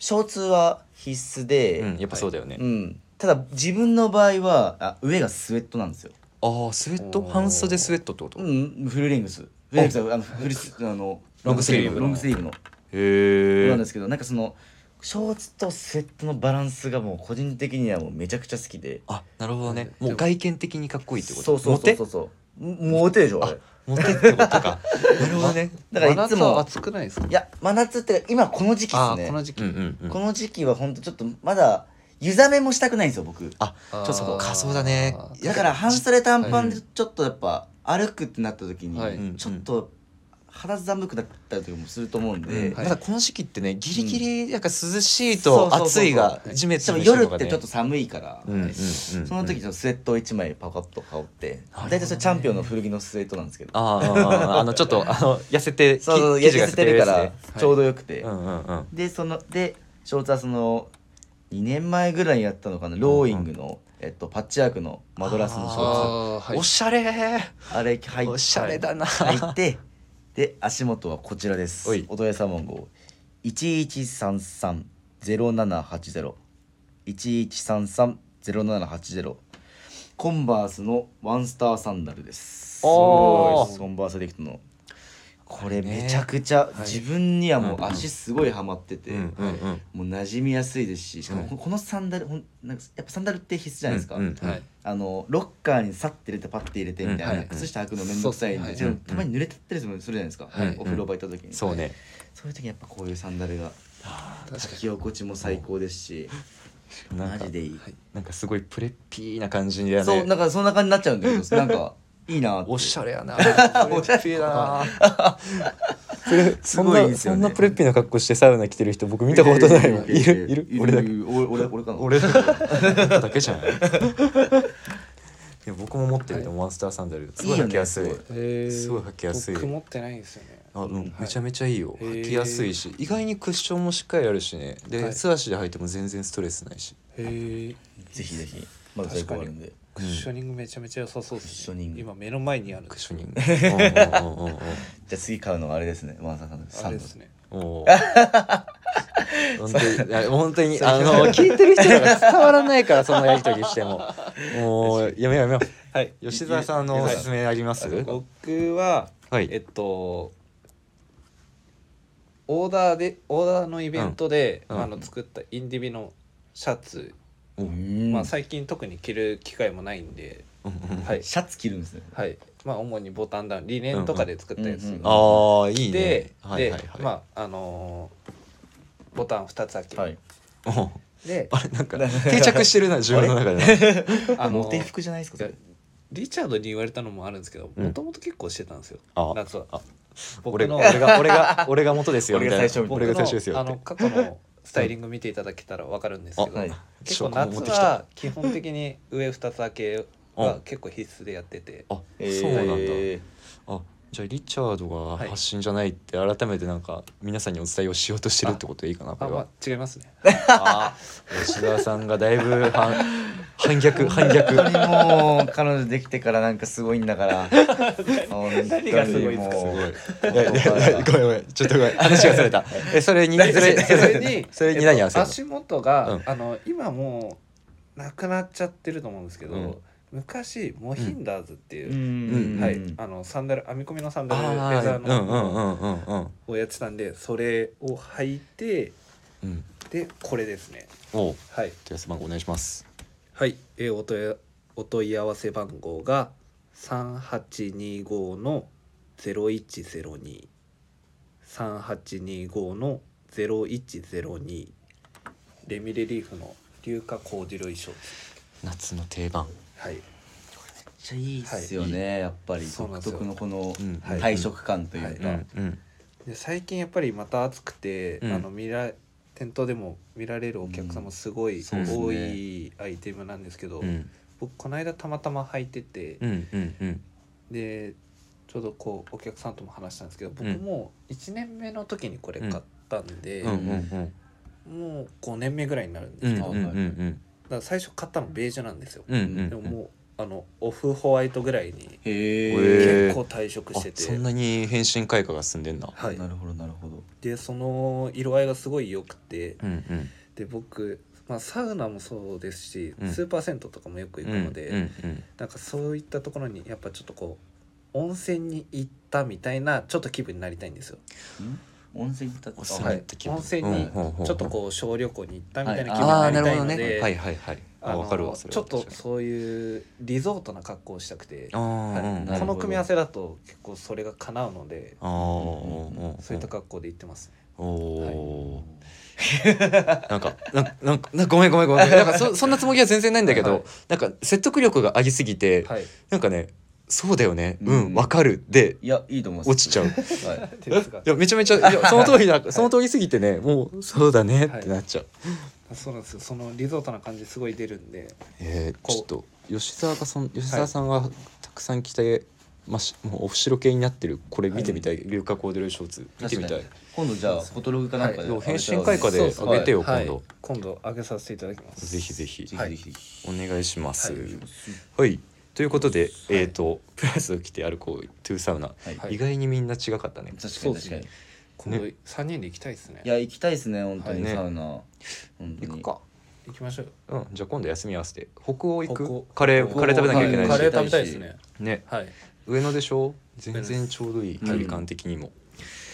[SPEAKER 2] ショーツは必須で、
[SPEAKER 1] うんやっぱそうだよね、
[SPEAKER 2] うんただ自分の場合はあ上がスウェットなんですよ
[SPEAKER 1] ああスウェット
[SPEAKER 3] おー
[SPEAKER 1] 半袖スウェットってこと、
[SPEAKER 2] う
[SPEAKER 1] へ
[SPEAKER 2] んフルレングスフルレングスはあのフルスあの
[SPEAKER 1] ロングスリーブ
[SPEAKER 2] ロングスリーブの
[SPEAKER 1] え
[SPEAKER 2] なんですけどなんかそのショーツとスウェットのバランスがもう個人的にはもうめちゃくちゃ好きで
[SPEAKER 1] あなるほどね
[SPEAKER 3] うん
[SPEAKER 1] もう外見的にかっこいいってこと
[SPEAKER 2] そうそうそうそうそうモテでしょあ
[SPEAKER 1] モ
[SPEAKER 2] れ
[SPEAKER 1] テあモテってこと かなるほどね
[SPEAKER 2] だからいつも
[SPEAKER 3] 暑くないですか
[SPEAKER 2] いや真夏ってか今この時期
[SPEAKER 3] あ
[SPEAKER 2] です
[SPEAKER 3] あ
[SPEAKER 2] ね
[SPEAKER 3] この時期、
[SPEAKER 1] うんうんうん
[SPEAKER 2] この時期は本当ちょっとまだ湯冷めもしたくないんですよ僕
[SPEAKER 1] あちょっとそこ仮想だね
[SPEAKER 3] あー
[SPEAKER 2] だから半袖短パンで
[SPEAKER 3] は
[SPEAKER 2] ちょっとやっぱ歩くってなった時
[SPEAKER 3] はい
[SPEAKER 2] にちょっと肌寒くなったりとかもすると思うん
[SPEAKER 1] うん
[SPEAKER 2] で、
[SPEAKER 1] た
[SPEAKER 3] はい
[SPEAKER 1] だこの時期ってねギリギリなんか涼しい
[SPEAKER 2] そうそう
[SPEAKER 1] と
[SPEAKER 2] そう
[SPEAKER 1] 暑いが
[SPEAKER 2] は
[SPEAKER 1] ジメジ
[SPEAKER 2] しか
[SPEAKER 1] メ
[SPEAKER 2] も
[SPEAKER 1] してる
[SPEAKER 2] 夜
[SPEAKER 1] のが
[SPEAKER 2] っ
[SPEAKER 1] ね
[SPEAKER 2] てちょっと寒いから、
[SPEAKER 1] うんうんうん
[SPEAKER 2] その時のスウェットを1枚パカッと羽織って
[SPEAKER 1] ほどね
[SPEAKER 2] 大体それチャンピオンの古着のスウェットなんですけど
[SPEAKER 1] あーあーあーあのちょっとあの痩せ てき
[SPEAKER 2] そうそう
[SPEAKER 1] 生
[SPEAKER 2] 痩
[SPEAKER 1] 地が
[SPEAKER 2] せてるから、
[SPEAKER 1] やつね
[SPEAKER 2] ちょうどよくて、
[SPEAKER 1] うんうんうん
[SPEAKER 2] でそのでショーツはその2年前ぐらいにやったのかなローイングの、えっと、パッチワークのマドラスのショーツ
[SPEAKER 3] あーはい
[SPEAKER 1] おしゃれ
[SPEAKER 2] あれ入って
[SPEAKER 1] おしゃれだな
[SPEAKER 2] 入ってで足元はこちらです
[SPEAKER 1] おい
[SPEAKER 2] お問い合わせ番号1133-0780 1133-0780コンバースのワンスターサンダルです
[SPEAKER 1] おー
[SPEAKER 2] すごいですコンバースエレクトのこれ
[SPEAKER 1] これね
[SPEAKER 2] めちゃくちゃ
[SPEAKER 3] い
[SPEAKER 2] 自分にはも
[SPEAKER 1] うん
[SPEAKER 2] う足すごいハマってて、
[SPEAKER 1] うんうんうん
[SPEAKER 2] もう馴染みやすいですししかも
[SPEAKER 1] はい
[SPEAKER 2] ここのサンダルほんなんかやっぱサンダルって必須じゃないですか、
[SPEAKER 1] うんうん
[SPEAKER 3] はい
[SPEAKER 2] あのロッカーにさって入れてパッて入れてみたいな、
[SPEAKER 1] うんはい
[SPEAKER 2] 靴下履くのめんどくさいんで、
[SPEAKER 3] そうっすねは
[SPEAKER 2] で
[SPEAKER 3] い
[SPEAKER 2] もたまに濡れてったりするするじゃないですか、
[SPEAKER 1] はい
[SPEAKER 2] お風呂場行った時に、
[SPEAKER 1] そうね
[SPEAKER 2] そういう時にやっぱこういうサンダルが
[SPEAKER 3] 確か
[SPEAKER 2] 履き心地も最高ですし
[SPEAKER 1] な
[SPEAKER 2] マ
[SPEAKER 1] んか
[SPEAKER 2] ジでいい、
[SPEAKER 3] はい
[SPEAKER 1] なんかすごいプレッピーな感じだ
[SPEAKER 2] そう
[SPEAKER 1] ね
[SPEAKER 2] なんかそんな感じになっちゃうんだけ どなんかいいなって
[SPEAKER 1] おしゃれやな
[SPEAKER 2] おしゃれ
[SPEAKER 1] プレッピーだなプレ
[SPEAKER 2] すごいですよ
[SPEAKER 1] そんなそ
[SPEAKER 2] ね
[SPEAKER 1] んなプレッピーな格好してサウナ来てる人僕見たことないもんいるいる俺だけ
[SPEAKER 2] 俺俺俺かな
[SPEAKER 1] 俺だけだけじゃないいや僕も持ってるとワンスターサンダルすごい履きやすい
[SPEAKER 2] いいよね
[SPEAKER 1] すごい履きやすい
[SPEAKER 3] 僕持ってないんですよね
[SPEAKER 1] あうん、
[SPEAKER 2] うん
[SPEAKER 1] めちゃめちゃいいよ
[SPEAKER 3] へー
[SPEAKER 1] 履きやすいし意外にクッションもしっかりあるしね
[SPEAKER 3] は
[SPEAKER 1] で
[SPEAKER 3] い
[SPEAKER 1] 素足で履いても全然ストレスないし、
[SPEAKER 3] へえ
[SPEAKER 2] ぜひぜひまだ在庫あるんで
[SPEAKER 3] クッショニングめちゃめちゃ良さそうで
[SPEAKER 2] ク
[SPEAKER 3] す、ね
[SPEAKER 2] ッショニング
[SPEAKER 3] 今目の前にある
[SPEAKER 1] クッショニングうんうんうんうん
[SPEAKER 2] じゃあ次買うのはあれですねワンサーさんの
[SPEAKER 3] あ
[SPEAKER 2] サ
[SPEAKER 3] れ
[SPEAKER 2] ン
[SPEAKER 3] で
[SPEAKER 2] ド
[SPEAKER 3] すね
[SPEAKER 1] もう本当にいや本当にあの聞いてる人らが伝わらないからそのやり取りしてももうやめようやめよ
[SPEAKER 3] はい。
[SPEAKER 1] う吉澤さんのおすすめありますは
[SPEAKER 3] 僕は、
[SPEAKER 1] い
[SPEAKER 3] えっと。オーダーで、オーダーのイベントで、
[SPEAKER 1] うんうん
[SPEAKER 3] あの作ったインディビのシャツ。
[SPEAKER 2] うん
[SPEAKER 3] まあ、最近特に着る機会もないんで、
[SPEAKER 1] うんうん
[SPEAKER 3] はい。
[SPEAKER 2] シャツ着るんですね
[SPEAKER 3] はい。まあ、主にボタンダウン、リネンとかで作ったや
[SPEAKER 2] う
[SPEAKER 3] つ。
[SPEAKER 2] んうんうんうん
[SPEAKER 1] ああいいね
[SPEAKER 3] で、
[SPEAKER 1] はいはい
[SPEAKER 3] で
[SPEAKER 1] はい、
[SPEAKER 3] まあ、あのーボタン二つ開け、
[SPEAKER 2] はい
[SPEAKER 1] うん
[SPEAKER 3] で、
[SPEAKER 1] あれなんか定着してるな自分の中で
[SPEAKER 3] あの
[SPEAKER 2] モテ服じゃないですかそれ
[SPEAKER 3] リチャードに言われたのもあるんですけど、
[SPEAKER 1] うん
[SPEAKER 3] もともと結構してたんですよ。
[SPEAKER 1] あ
[SPEAKER 3] 夏は
[SPEAKER 1] あ。
[SPEAKER 3] 僕の
[SPEAKER 1] 俺が俺が俺が元ですよみたいな
[SPEAKER 2] 俺
[SPEAKER 1] 俺が
[SPEAKER 2] が最初みたいな
[SPEAKER 1] 最初ですよ
[SPEAKER 3] あ
[SPEAKER 1] って
[SPEAKER 3] の過去のスタイリング見ていただけたらわかるんですけど、
[SPEAKER 2] はい
[SPEAKER 3] 結構
[SPEAKER 1] 証拠も持
[SPEAKER 3] 夏
[SPEAKER 1] ってきた
[SPEAKER 3] は基本的に上2つ開けは結構必須でやってて、
[SPEAKER 1] あ、
[SPEAKER 2] えー
[SPEAKER 1] そうなんだあじゃあリチャードが発信じゃないって改めてなんか皆さんにお伝えをしようとしてるってことでいいかなこ
[SPEAKER 3] あ
[SPEAKER 1] れ
[SPEAKER 3] まあ
[SPEAKER 1] は
[SPEAKER 3] 違いますね。
[SPEAKER 1] あー吉田さんがだいぶ反反逆反逆
[SPEAKER 2] 本当にもう彼女できてからなんかすごいんだから 何
[SPEAKER 3] 何がすごいんですか
[SPEAKER 1] すごいいやいやごめんごめんちょっとごめん話がそれたえそれ にそれそ れそれにそれに何合わせ
[SPEAKER 3] え
[SPEAKER 1] る
[SPEAKER 3] っと足元が、
[SPEAKER 1] うん
[SPEAKER 3] あの今もうなくなっちゃってると思うんですけど、
[SPEAKER 1] うん
[SPEAKER 3] 昔モヒンダーズっていうう、
[SPEAKER 2] ん
[SPEAKER 3] はい、あのサンダル編み込みのサン
[SPEAKER 1] の
[SPEAKER 3] ダルレ
[SPEAKER 1] あ
[SPEAKER 3] ザ
[SPEAKER 1] あ
[SPEAKER 3] ー
[SPEAKER 1] うんうん
[SPEAKER 3] の
[SPEAKER 1] うんうんうん
[SPEAKER 3] をやってたんでそれを履いて
[SPEAKER 1] うん
[SPEAKER 3] でこれですね。
[SPEAKER 1] おう
[SPEAKER 3] はい
[SPEAKER 1] じゃあ背番号お願いします
[SPEAKER 3] はい、えーお問い合お問い合わせ番号が三八二五のゼロ一ゼロ二三八二五のゼロ一ゼロ二レミレリーフの硫化コーデュロイショーツ。
[SPEAKER 1] 夏の定番
[SPEAKER 3] はい、
[SPEAKER 2] めっちゃいいっすよね、やっぱり
[SPEAKER 3] そうなん
[SPEAKER 2] 独
[SPEAKER 3] ですよ
[SPEAKER 2] 特のこの
[SPEAKER 1] うん
[SPEAKER 3] はい
[SPEAKER 2] 退色感という
[SPEAKER 1] う
[SPEAKER 2] か、
[SPEAKER 1] んうん
[SPEAKER 3] で最近やっぱりまた暑くて、
[SPEAKER 1] うん
[SPEAKER 3] あの見ら店頭でも見られるお客様すごい
[SPEAKER 1] そうですね
[SPEAKER 3] 多いアイテムなんですけど、
[SPEAKER 1] うん
[SPEAKER 3] 僕この間たまたま履いてて、
[SPEAKER 1] うんうんうん
[SPEAKER 3] でちょうどこうお客さんとも話したんですけど僕
[SPEAKER 1] うん
[SPEAKER 3] も1年目の時にこれ買ったんで、
[SPEAKER 1] うんうん
[SPEAKER 3] もう5年目ぐらいになるん
[SPEAKER 1] う
[SPEAKER 3] です
[SPEAKER 1] ん
[SPEAKER 3] け
[SPEAKER 1] うん
[SPEAKER 3] ど、
[SPEAKER 1] うんう
[SPEAKER 3] だ
[SPEAKER 1] んうん
[SPEAKER 3] から最初買ったのベージュなんですよ、
[SPEAKER 1] うんうんうん
[SPEAKER 3] でももうあのオフホワイトぐらいに
[SPEAKER 2] へ
[SPEAKER 1] へー
[SPEAKER 2] え
[SPEAKER 3] 結構退色してて、
[SPEAKER 1] あそんなに変身開花が進んでんな
[SPEAKER 3] はい
[SPEAKER 2] な、るほどなるほど
[SPEAKER 3] でその色合いがすごい良くて
[SPEAKER 1] うんうん
[SPEAKER 3] で僕、まあ、サウナもそうですし、
[SPEAKER 1] うん
[SPEAKER 3] スーパー銭湯とかもよく行くので、
[SPEAKER 1] うんうん
[SPEAKER 3] なんかそういったところにやっぱちょっとこう温泉に行ったみたいなちょっと気分になりたいんですよ。
[SPEAKER 2] 温泉行ったと
[SPEAKER 1] 温
[SPEAKER 2] か
[SPEAKER 1] 泉
[SPEAKER 3] は
[SPEAKER 1] 行っ
[SPEAKER 3] い
[SPEAKER 1] た気分
[SPEAKER 3] 温泉に
[SPEAKER 1] うんうんうん
[SPEAKER 3] ちょっとこう小旅行に行ったみたいな気
[SPEAKER 1] あ
[SPEAKER 3] 分
[SPEAKER 1] あ
[SPEAKER 3] に
[SPEAKER 1] な
[SPEAKER 3] な
[SPEAKER 1] る
[SPEAKER 3] りた
[SPEAKER 1] ほ
[SPEAKER 3] い
[SPEAKER 1] ど
[SPEAKER 3] の
[SPEAKER 1] ね
[SPEAKER 3] で
[SPEAKER 1] はいはいはい
[SPEAKER 3] あ
[SPEAKER 1] あ
[SPEAKER 3] の
[SPEAKER 1] わかるわそれ
[SPEAKER 3] ちょっと
[SPEAKER 1] う
[SPEAKER 3] そういうリゾートな格好をしたくて、
[SPEAKER 1] あ
[SPEAKER 3] はい
[SPEAKER 1] ーうん
[SPEAKER 2] なるほ
[SPEAKER 3] こ
[SPEAKER 2] ど
[SPEAKER 3] の組み合わせだと結構それが叶うので
[SPEAKER 1] ああ
[SPEAKER 3] そういった格好で行ってます、
[SPEAKER 1] おおーなんかななんかなごめんごめんごめんなんかそそんなつもりは全然ないんだけ
[SPEAKER 3] はい
[SPEAKER 1] どなんか説得力がありすぎて
[SPEAKER 3] はい
[SPEAKER 1] なんかねそうだよねう
[SPEAKER 2] うん
[SPEAKER 1] んわかるで
[SPEAKER 2] いやいいと思います
[SPEAKER 1] 落ち ちゃう
[SPEAKER 2] はい
[SPEAKER 3] ですが
[SPEAKER 1] いやめちゃめちゃいやその通りだその通りすぎてねもうそうだねってなっちゃう
[SPEAKER 3] そうなんですよそのリゾートな感じすごい出るんで
[SPEAKER 1] えー、
[SPEAKER 3] こう
[SPEAKER 1] ちょっと吉沢がそん吉沢さんがたくさん着て、ましもうオフシロ系になってるこれ見てみたい、硫化コーデルショーツ見てみたい
[SPEAKER 2] 確かに今度じゃあフォトログかなんかで、
[SPEAKER 1] そ
[SPEAKER 2] は
[SPEAKER 1] う返信会館であげてよ、
[SPEAKER 3] はい
[SPEAKER 1] 今度、
[SPEAKER 3] 今度上げさせていただきます
[SPEAKER 1] ぜひぜひ
[SPEAKER 2] ぜひぜひぜひ
[SPEAKER 1] お願いします
[SPEAKER 3] は
[SPEAKER 1] はいい、ということで、えっ、とプラスを着て歩こうトゥーサウナ、
[SPEAKER 2] はい
[SPEAKER 3] はい
[SPEAKER 1] 意外にみんな違かったね
[SPEAKER 2] 確か
[SPEAKER 3] そう
[SPEAKER 2] に確
[SPEAKER 3] です
[SPEAKER 2] か
[SPEAKER 3] ね
[SPEAKER 2] に、
[SPEAKER 3] 今度3人で行きたいですね
[SPEAKER 2] いや行きたいですね本当に、
[SPEAKER 1] はいね
[SPEAKER 2] サウナ本当
[SPEAKER 1] 行
[SPEAKER 2] に
[SPEAKER 1] くか
[SPEAKER 3] 行きましょう
[SPEAKER 1] うんじゃあ今度休み合わせて北欧行
[SPEAKER 3] 北欧
[SPEAKER 1] くカレ
[SPEAKER 3] こ
[SPEAKER 1] ー
[SPEAKER 3] こ
[SPEAKER 1] カレー食べなきゃいけないし、
[SPEAKER 3] はカレ
[SPEAKER 2] し
[SPEAKER 3] ー食べたいですね
[SPEAKER 1] ね
[SPEAKER 3] はい
[SPEAKER 1] 上野でしょ全然ちょうどいい距離感的にも、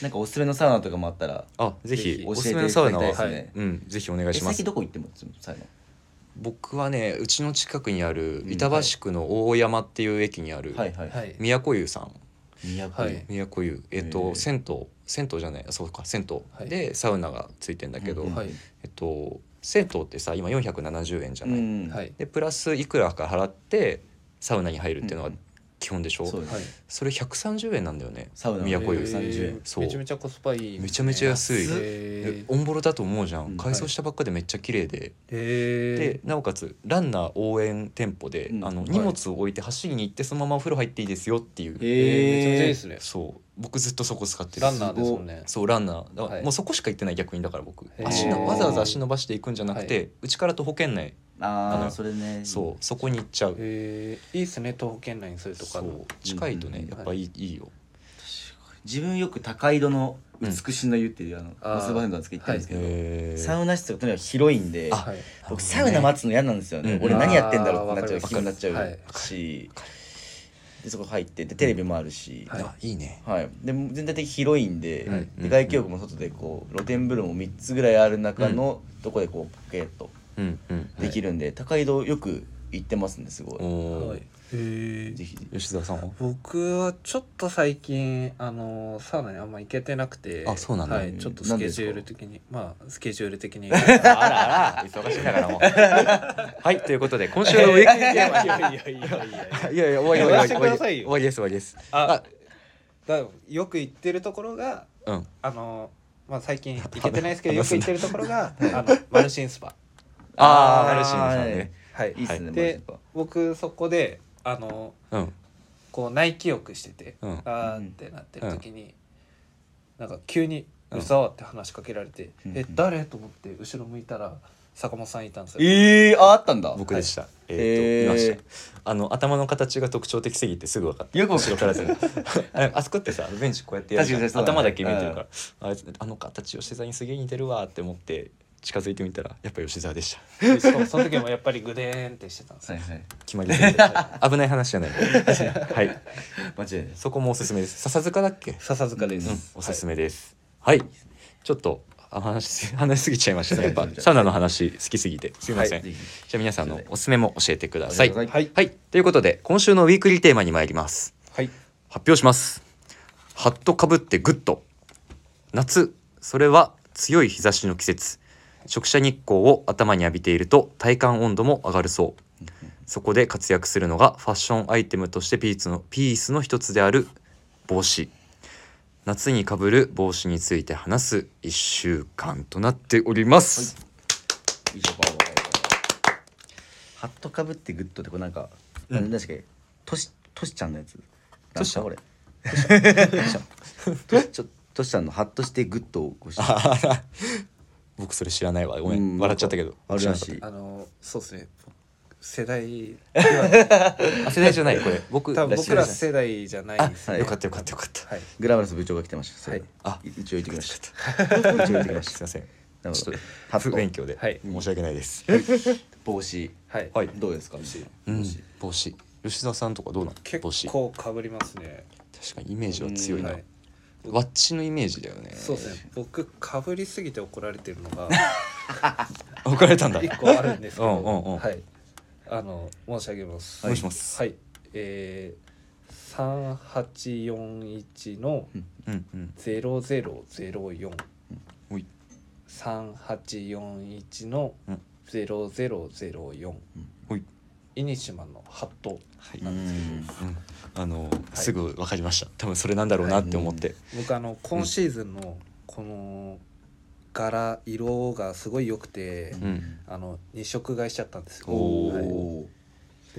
[SPEAKER 2] なんかおすすめのサウナとかもあったら
[SPEAKER 1] あぜ
[SPEAKER 3] ぜ
[SPEAKER 1] ひ
[SPEAKER 3] ひ
[SPEAKER 2] 教
[SPEAKER 1] お
[SPEAKER 2] え
[SPEAKER 1] す
[SPEAKER 2] て
[SPEAKER 1] す
[SPEAKER 2] い
[SPEAKER 1] め
[SPEAKER 2] た
[SPEAKER 1] の
[SPEAKER 2] だ
[SPEAKER 1] サウ
[SPEAKER 2] き
[SPEAKER 1] ナ
[SPEAKER 2] たい
[SPEAKER 1] は、
[SPEAKER 2] です
[SPEAKER 3] は
[SPEAKER 2] ね、
[SPEAKER 1] うん、ぜひお願い
[SPEAKER 2] え
[SPEAKER 1] します
[SPEAKER 2] 先どこ行ってもサウナ
[SPEAKER 1] 僕はねうちの近くにある
[SPEAKER 2] うん
[SPEAKER 1] 板橋区の大山っていう駅にある、
[SPEAKER 2] はいはい
[SPEAKER 3] はい
[SPEAKER 1] 宮古湯さん
[SPEAKER 2] 宮
[SPEAKER 3] は
[SPEAKER 2] 古
[SPEAKER 3] い
[SPEAKER 1] 宮古湯えっ
[SPEAKER 2] へ
[SPEAKER 1] と
[SPEAKER 2] え
[SPEAKER 1] 銭湯銭湯じゃないそうか銭湯、
[SPEAKER 3] はい
[SPEAKER 1] でサウナがついてんだけど、
[SPEAKER 2] うん
[SPEAKER 3] はい
[SPEAKER 1] えっと銭湯ってさ今470円じゃない、
[SPEAKER 2] うん
[SPEAKER 3] はい
[SPEAKER 1] でプラスいくらか払ってサウナに入るっていうのが
[SPEAKER 2] うん
[SPEAKER 1] 基本でしょ、
[SPEAKER 2] そうです
[SPEAKER 3] はい
[SPEAKER 1] それ130円なんだよね
[SPEAKER 2] サウナの
[SPEAKER 1] 宮古湯
[SPEAKER 2] へ30円
[SPEAKER 1] そう
[SPEAKER 3] めちゃめちゃコスパいい
[SPEAKER 1] めちゃめちゃ安い
[SPEAKER 3] へ
[SPEAKER 1] でオンボロだと思うじゃん、
[SPEAKER 2] うん
[SPEAKER 1] 改装したばっかでめっちゃ綺麗で、
[SPEAKER 3] え
[SPEAKER 1] でなおかつランナー応援店舗で、
[SPEAKER 2] うん
[SPEAKER 1] あの
[SPEAKER 2] はい
[SPEAKER 1] 荷物を置いて走りに行ってそのままお風呂入っていいですよっていう、
[SPEAKER 2] へー
[SPEAKER 3] めちゃめちゃいいですね
[SPEAKER 1] そう僕ずっとそこ使ってる
[SPEAKER 3] ランナーですもんね
[SPEAKER 1] そうランナーだから、
[SPEAKER 3] はい
[SPEAKER 1] もうそこしか行ってない逆にだから僕
[SPEAKER 3] へー
[SPEAKER 1] 足のわざわざ足伸ばしていくんじゃなくて、内から徒歩圏内あ
[SPEAKER 2] あ
[SPEAKER 1] の
[SPEAKER 2] あそれね
[SPEAKER 1] そうそこに行っちゃう、
[SPEAKER 3] えー、いいっすね東北圏内にそういうとこある
[SPEAKER 1] そう近いとね、
[SPEAKER 2] うん
[SPEAKER 1] やっぱいい,、い、いよ
[SPEAKER 2] 自分よく高井戸の美しの湯っていうあの
[SPEAKER 3] あー
[SPEAKER 2] マスバンドなんですけど行ったんですけど、
[SPEAKER 1] へ
[SPEAKER 2] サウナ室がとにかく広いんで
[SPEAKER 1] あ
[SPEAKER 3] はい
[SPEAKER 2] 僕サウナ待つの嫌なんですよね、
[SPEAKER 1] うん
[SPEAKER 2] 俺何やってんだろうってなっちゃ
[SPEAKER 3] あ
[SPEAKER 2] う
[SPEAKER 3] ー
[SPEAKER 2] 気になっちゃ
[SPEAKER 3] わかるわかる
[SPEAKER 2] うし、でそこ入ってでテレビもあるし、
[SPEAKER 3] はい
[SPEAKER 1] あいいね
[SPEAKER 2] はい、で全体的に広いんで,、
[SPEAKER 1] はい
[SPEAKER 2] で外気浴も外でこう露天風呂も3つぐらいある中のとこでこうポケット
[SPEAKER 1] うんうん
[SPEAKER 2] できるんで、高井戸よく行ってますんですごい、
[SPEAKER 1] お
[SPEAKER 3] は
[SPEAKER 1] ー
[SPEAKER 3] いえ
[SPEAKER 2] ぜひぜひ
[SPEAKER 1] 吉田さんは
[SPEAKER 3] 僕はちょっと最近あのサウナにあんま行けてなくて
[SPEAKER 1] あそうなんだ
[SPEAKER 3] はい、ちょっとスケジュー
[SPEAKER 2] な
[SPEAKER 3] ル
[SPEAKER 2] んで
[SPEAKER 3] 的にまあスケジュール 的に
[SPEAKER 1] あらあら忙しいんだからもう はいということで今週のウィークリー
[SPEAKER 3] いやいやいやいやいやい や
[SPEAKER 1] いやいや終わり終わり
[SPEAKER 3] やらせて
[SPEAKER 1] 終
[SPEAKER 3] く
[SPEAKER 1] わ
[SPEAKER 3] だ
[SPEAKER 1] り
[SPEAKER 3] さいよ
[SPEAKER 1] 終わりです終わりです
[SPEAKER 3] あだよく行ってるところが
[SPEAKER 1] うん
[SPEAKER 3] あのまあ最 近行けてないですけどよく行ってるところが あのマルシンスパ
[SPEAKER 1] ああ
[SPEAKER 2] あー
[SPEAKER 1] マルシンさんね
[SPEAKER 3] はい
[SPEAKER 2] いいっすね、マジ
[SPEAKER 3] で
[SPEAKER 2] で
[SPEAKER 3] 僕そこであの
[SPEAKER 1] うん
[SPEAKER 3] こう内気浴してて、
[SPEAKER 1] うん
[SPEAKER 3] あーってなってる時に、なんか急に「うざ」って話しかけられて「
[SPEAKER 2] うん
[SPEAKER 3] え誰?」と思って後ろ向いたら坂本さんいたんですよ。
[SPEAKER 2] ええー、ああったんだ
[SPEAKER 1] 僕でした、え
[SPEAKER 2] へー
[SPEAKER 1] ーといましたあの頭の形が特徴的すぎてすぐ分かった
[SPEAKER 2] よくわか
[SPEAKER 1] 後
[SPEAKER 2] る
[SPEAKER 1] ろからず ああそこってさベンチこうやってやるじゃん
[SPEAKER 2] 確かにそう
[SPEAKER 1] 頭
[SPEAKER 2] だね
[SPEAKER 1] だけ見えてるから、あいつあの形吉沢にすげえ似てるわって思って近づいてみたらやっぱ吉沢でした
[SPEAKER 3] でしかもその時もやっぱりグデーンってしてたんです
[SPEAKER 2] は
[SPEAKER 3] よ。
[SPEAKER 2] いはい
[SPEAKER 1] 決まりすぎてはい危ない話じゃないはい
[SPEAKER 2] 間違いないです
[SPEAKER 1] そこもおすすめです笹塚だっけ
[SPEAKER 3] 笹塚です、
[SPEAKER 1] うん、おすすめです。はい、ちょっとあ話 し話しすぎちゃいましたね。やっぱ
[SPEAKER 2] そうそうそう
[SPEAKER 1] サウナの話好きすぎてすみません。
[SPEAKER 2] ぜ
[SPEAKER 1] じ
[SPEAKER 2] ひ
[SPEAKER 1] ゃあ皆さんのおすすめも教えてください。
[SPEAKER 2] 教えてくだ
[SPEAKER 1] は
[SPEAKER 2] さ
[SPEAKER 1] い、ということで今週のウィークリーテーマに参ります。
[SPEAKER 3] はい
[SPEAKER 1] 発表します。ハットかぶってグッと夏それは強い日差しの季節直射日光を頭に浴びていると体感温度も上がるそうそこで活躍するのがファッションアイテムとしてピースのピースの一つである帽子夏にかぶる帽子について話す1週間となっております、
[SPEAKER 2] いいしょハットかぶってグッドってこれなんか、
[SPEAKER 1] うん
[SPEAKER 2] 確かにとしとしちゃんのやつ
[SPEAKER 1] としちゃん
[SPEAKER 2] なんだこれとしちゃんとしちゃんのハットしてグッドをこうし
[SPEAKER 1] 僕それ知らないわごめん、
[SPEAKER 2] うん
[SPEAKER 1] 笑っちゃったけど
[SPEAKER 2] あるらし
[SPEAKER 1] 知
[SPEAKER 2] い
[SPEAKER 3] あのそうですね世 代
[SPEAKER 1] らなかったあ世代じゃないこれ僕
[SPEAKER 3] 多分僕ら
[SPEAKER 1] よ
[SPEAKER 3] 世代じゃないですね。
[SPEAKER 2] あ
[SPEAKER 1] かったよかったよかった、
[SPEAKER 3] はい
[SPEAKER 2] グラマラス部長が来てましたそれ
[SPEAKER 1] はいあ
[SPEAKER 2] 一応言ってきま
[SPEAKER 1] ち
[SPEAKER 2] し
[SPEAKER 1] ょ
[SPEAKER 2] た 一応言ってきま
[SPEAKER 1] っと
[SPEAKER 2] し
[SPEAKER 1] すいません
[SPEAKER 2] たなる
[SPEAKER 1] ち
[SPEAKER 2] ほ
[SPEAKER 1] ょ
[SPEAKER 2] ど
[SPEAKER 1] っと
[SPEAKER 2] ハ
[SPEAKER 1] 不勉
[SPEAKER 2] ット
[SPEAKER 1] 強で、
[SPEAKER 3] はい
[SPEAKER 1] 申し訳ないです。
[SPEAKER 2] 帽子
[SPEAKER 3] はい、
[SPEAKER 1] はい
[SPEAKER 2] どうですか
[SPEAKER 1] うん、帽子。吉田さんとかどうなの？帽子。
[SPEAKER 3] 結
[SPEAKER 1] 確
[SPEAKER 3] 構かぶりますね。
[SPEAKER 1] かにイメージは強いな。
[SPEAKER 3] は
[SPEAKER 1] ワ
[SPEAKER 3] い
[SPEAKER 1] ッチのイメージだよね。
[SPEAKER 3] そうですね僕かぶりすぎて怒られてる のが
[SPEAKER 1] 怒られたんだ。
[SPEAKER 3] 一個あるんですけど、
[SPEAKER 1] うんうんうん
[SPEAKER 3] はい。あの申し上げます。
[SPEAKER 1] お願いします
[SPEAKER 3] はい。ええ三八四一の
[SPEAKER 1] うんうん。
[SPEAKER 3] ゼロゼロゼロ四。
[SPEAKER 1] おい。
[SPEAKER 3] 三八四一の
[SPEAKER 1] うん
[SPEAKER 3] ゼロゼロゼロ四。
[SPEAKER 1] おい。
[SPEAKER 3] イニシマンのハット。
[SPEAKER 1] はい。
[SPEAKER 2] う
[SPEAKER 1] うん。
[SPEAKER 2] ん
[SPEAKER 1] あのすぐわかりました。多分それなんだろうなって思って。
[SPEAKER 3] 僕あの今シーズンのこの柄色がすごい良くて、
[SPEAKER 1] うん。
[SPEAKER 3] あの二色買いしちゃったんですよ。
[SPEAKER 1] おー
[SPEAKER 3] はい
[SPEAKER 2] お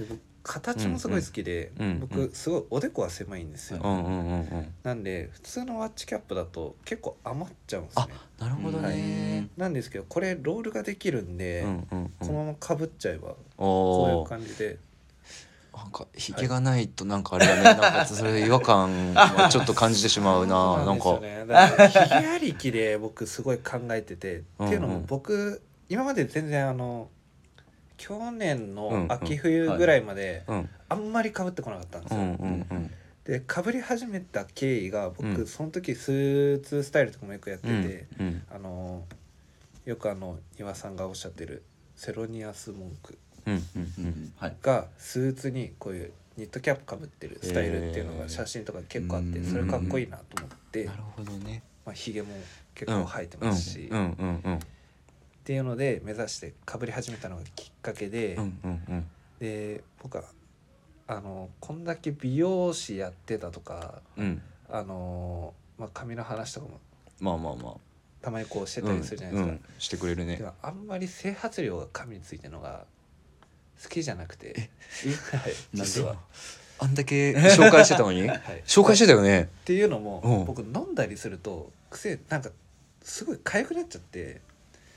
[SPEAKER 3] で僕形もすごい好きで、
[SPEAKER 1] うんうんうん
[SPEAKER 3] 僕すごいおでこは狭いんですよ、
[SPEAKER 1] うんうんうんうん。
[SPEAKER 3] なんで普通のワッチキャップだと結構余っちゃうんです
[SPEAKER 1] あ
[SPEAKER 3] ね、
[SPEAKER 1] なるほどね。
[SPEAKER 3] なんですけどこれロールができるんで、
[SPEAKER 1] うんうんう
[SPEAKER 3] この
[SPEAKER 1] ん。
[SPEAKER 3] ままかぶっちゃえば
[SPEAKER 1] お
[SPEAKER 3] こういう
[SPEAKER 1] お。
[SPEAKER 3] 感じで
[SPEAKER 1] なんかひげがないとなんかあれだね。なんかそれ違和感はちょっと感じてしまうな。なん
[SPEAKER 3] そ
[SPEAKER 1] か
[SPEAKER 3] う。んですよねだからひげありきで僕すごい考えてて
[SPEAKER 1] うんうん
[SPEAKER 3] っていうのも僕今まで全然あの去年の秋冬ぐらいまで
[SPEAKER 1] うん
[SPEAKER 3] あんまりかぶってこなかったんです
[SPEAKER 1] う
[SPEAKER 3] よ、
[SPEAKER 1] んうんうん。
[SPEAKER 3] でかぶり始めた経緯が僕、
[SPEAKER 1] うん
[SPEAKER 3] その時スーツスタイルとかもよくやって
[SPEAKER 1] う
[SPEAKER 3] て、
[SPEAKER 1] んうん。
[SPEAKER 3] あのよくあの庭さんがおっしゃってるセロニアス文句
[SPEAKER 1] うんうん
[SPEAKER 2] う
[SPEAKER 1] うん。
[SPEAKER 2] うんんはい
[SPEAKER 3] がスーツにこういうニットキャップかぶってるスタイルっていうの
[SPEAKER 1] へ
[SPEAKER 3] が
[SPEAKER 1] ー
[SPEAKER 3] 写真とか結構あって
[SPEAKER 2] うん
[SPEAKER 3] それかっこいいなと思って
[SPEAKER 1] なるほどね。
[SPEAKER 3] まあ、ひげも結構生えてますし、
[SPEAKER 1] うん
[SPEAKER 3] っ
[SPEAKER 1] うんうん
[SPEAKER 3] ていうので目指してかぶり始めたのがきっかけで、
[SPEAKER 1] うんうんうん。
[SPEAKER 3] で僕はあのこんだけ美容師やってたとか
[SPEAKER 1] うん。
[SPEAKER 3] あの、まあ、髪の話とかも
[SPEAKER 1] まあまあまあ。
[SPEAKER 3] たまにこうしてたりするじゃないですか。
[SPEAKER 1] うんうんしてくれるね
[SPEAKER 3] で。もあんまり整髪料が髪についてるのが好きじゃなくて、はい、
[SPEAKER 2] なんで
[SPEAKER 3] 実は
[SPEAKER 1] あんだけ紹介してたの に
[SPEAKER 3] はい、
[SPEAKER 1] 紹介してたよね
[SPEAKER 3] っていうのも、
[SPEAKER 1] うん
[SPEAKER 3] 僕飲んだりすると癖なんかすごい痒くなっちゃって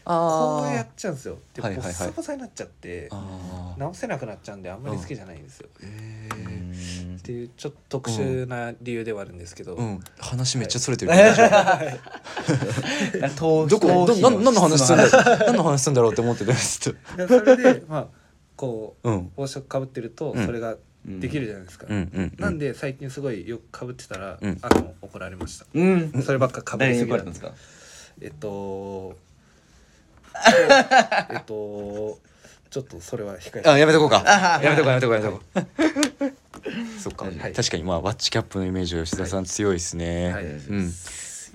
[SPEAKER 1] あ
[SPEAKER 3] こうや
[SPEAKER 1] ー
[SPEAKER 3] っちゃうんですよでボ
[SPEAKER 1] はいはいはい
[SPEAKER 3] ッサボサになっちゃって
[SPEAKER 1] あー
[SPEAKER 3] 直せなくなっちゃうんであんまり好きじゃないんですよ、
[SPEAKER 1] え
[SPEAKER 2] う
[SPEAKER 1] ー
[SPEAKER 2] ん
[SPEAKER 3] っていうちょっと特殊な理由ではあるんですけど、
[SPEAKER 1] うん話めっちゃそれてるけど大丈夫
[SPEAKER 3] はい
[SPEAKER 2] なんか頭 皮
[SPEAKER 1] どこ
[SPEAKER 2] 頭
[SPEAKER 1] ど
[SPEAKER 2] 皮
[SPEAKER 1] なん何の話するんだ
[SPEAKER 2] 質問
[SPEAKER 1] ろう何の話するんだろうって思ってたんですけど
[SPEAKER 3] でそれでまあこう
[SPEAKER 1] うん
[SPEAKER 3] 帽子をかぶってると
[SPEAKER 1] うん
[SPEAKER 3] それができるじゃないですか、
[SPEAKER 1] うんうん
[SPEAKER 3] なんで最近すごいよくかぶってたら、
[SPEAKER 1] うん
[SPEAKER 3] あの怒られました
[SPEAKER 2] うん
[SPEAKER 3] そればっかかぶ
[SPEAKER 2] 誰
[SPEAKER 3] り
[SPEAKER 2] に
[SPEAKER 3] す
[SPEAKER 2] 言わ
[SPEAKER 3] ぎだ
[SPEAKER 2] れたんですか
[SPEAKER 3] えっ とえっとちょっとそれは控えて
[SPEAKER 1] あやめとこうかやめとこうやめとこうやめとこうそっか、
[SPEAKER 3] はい
[SPEAKER 1] 確かにまあワッチキャップのイメージは吉田さん強いですね、
[SPEAKER 3] はい
[SPEAKER 1] うん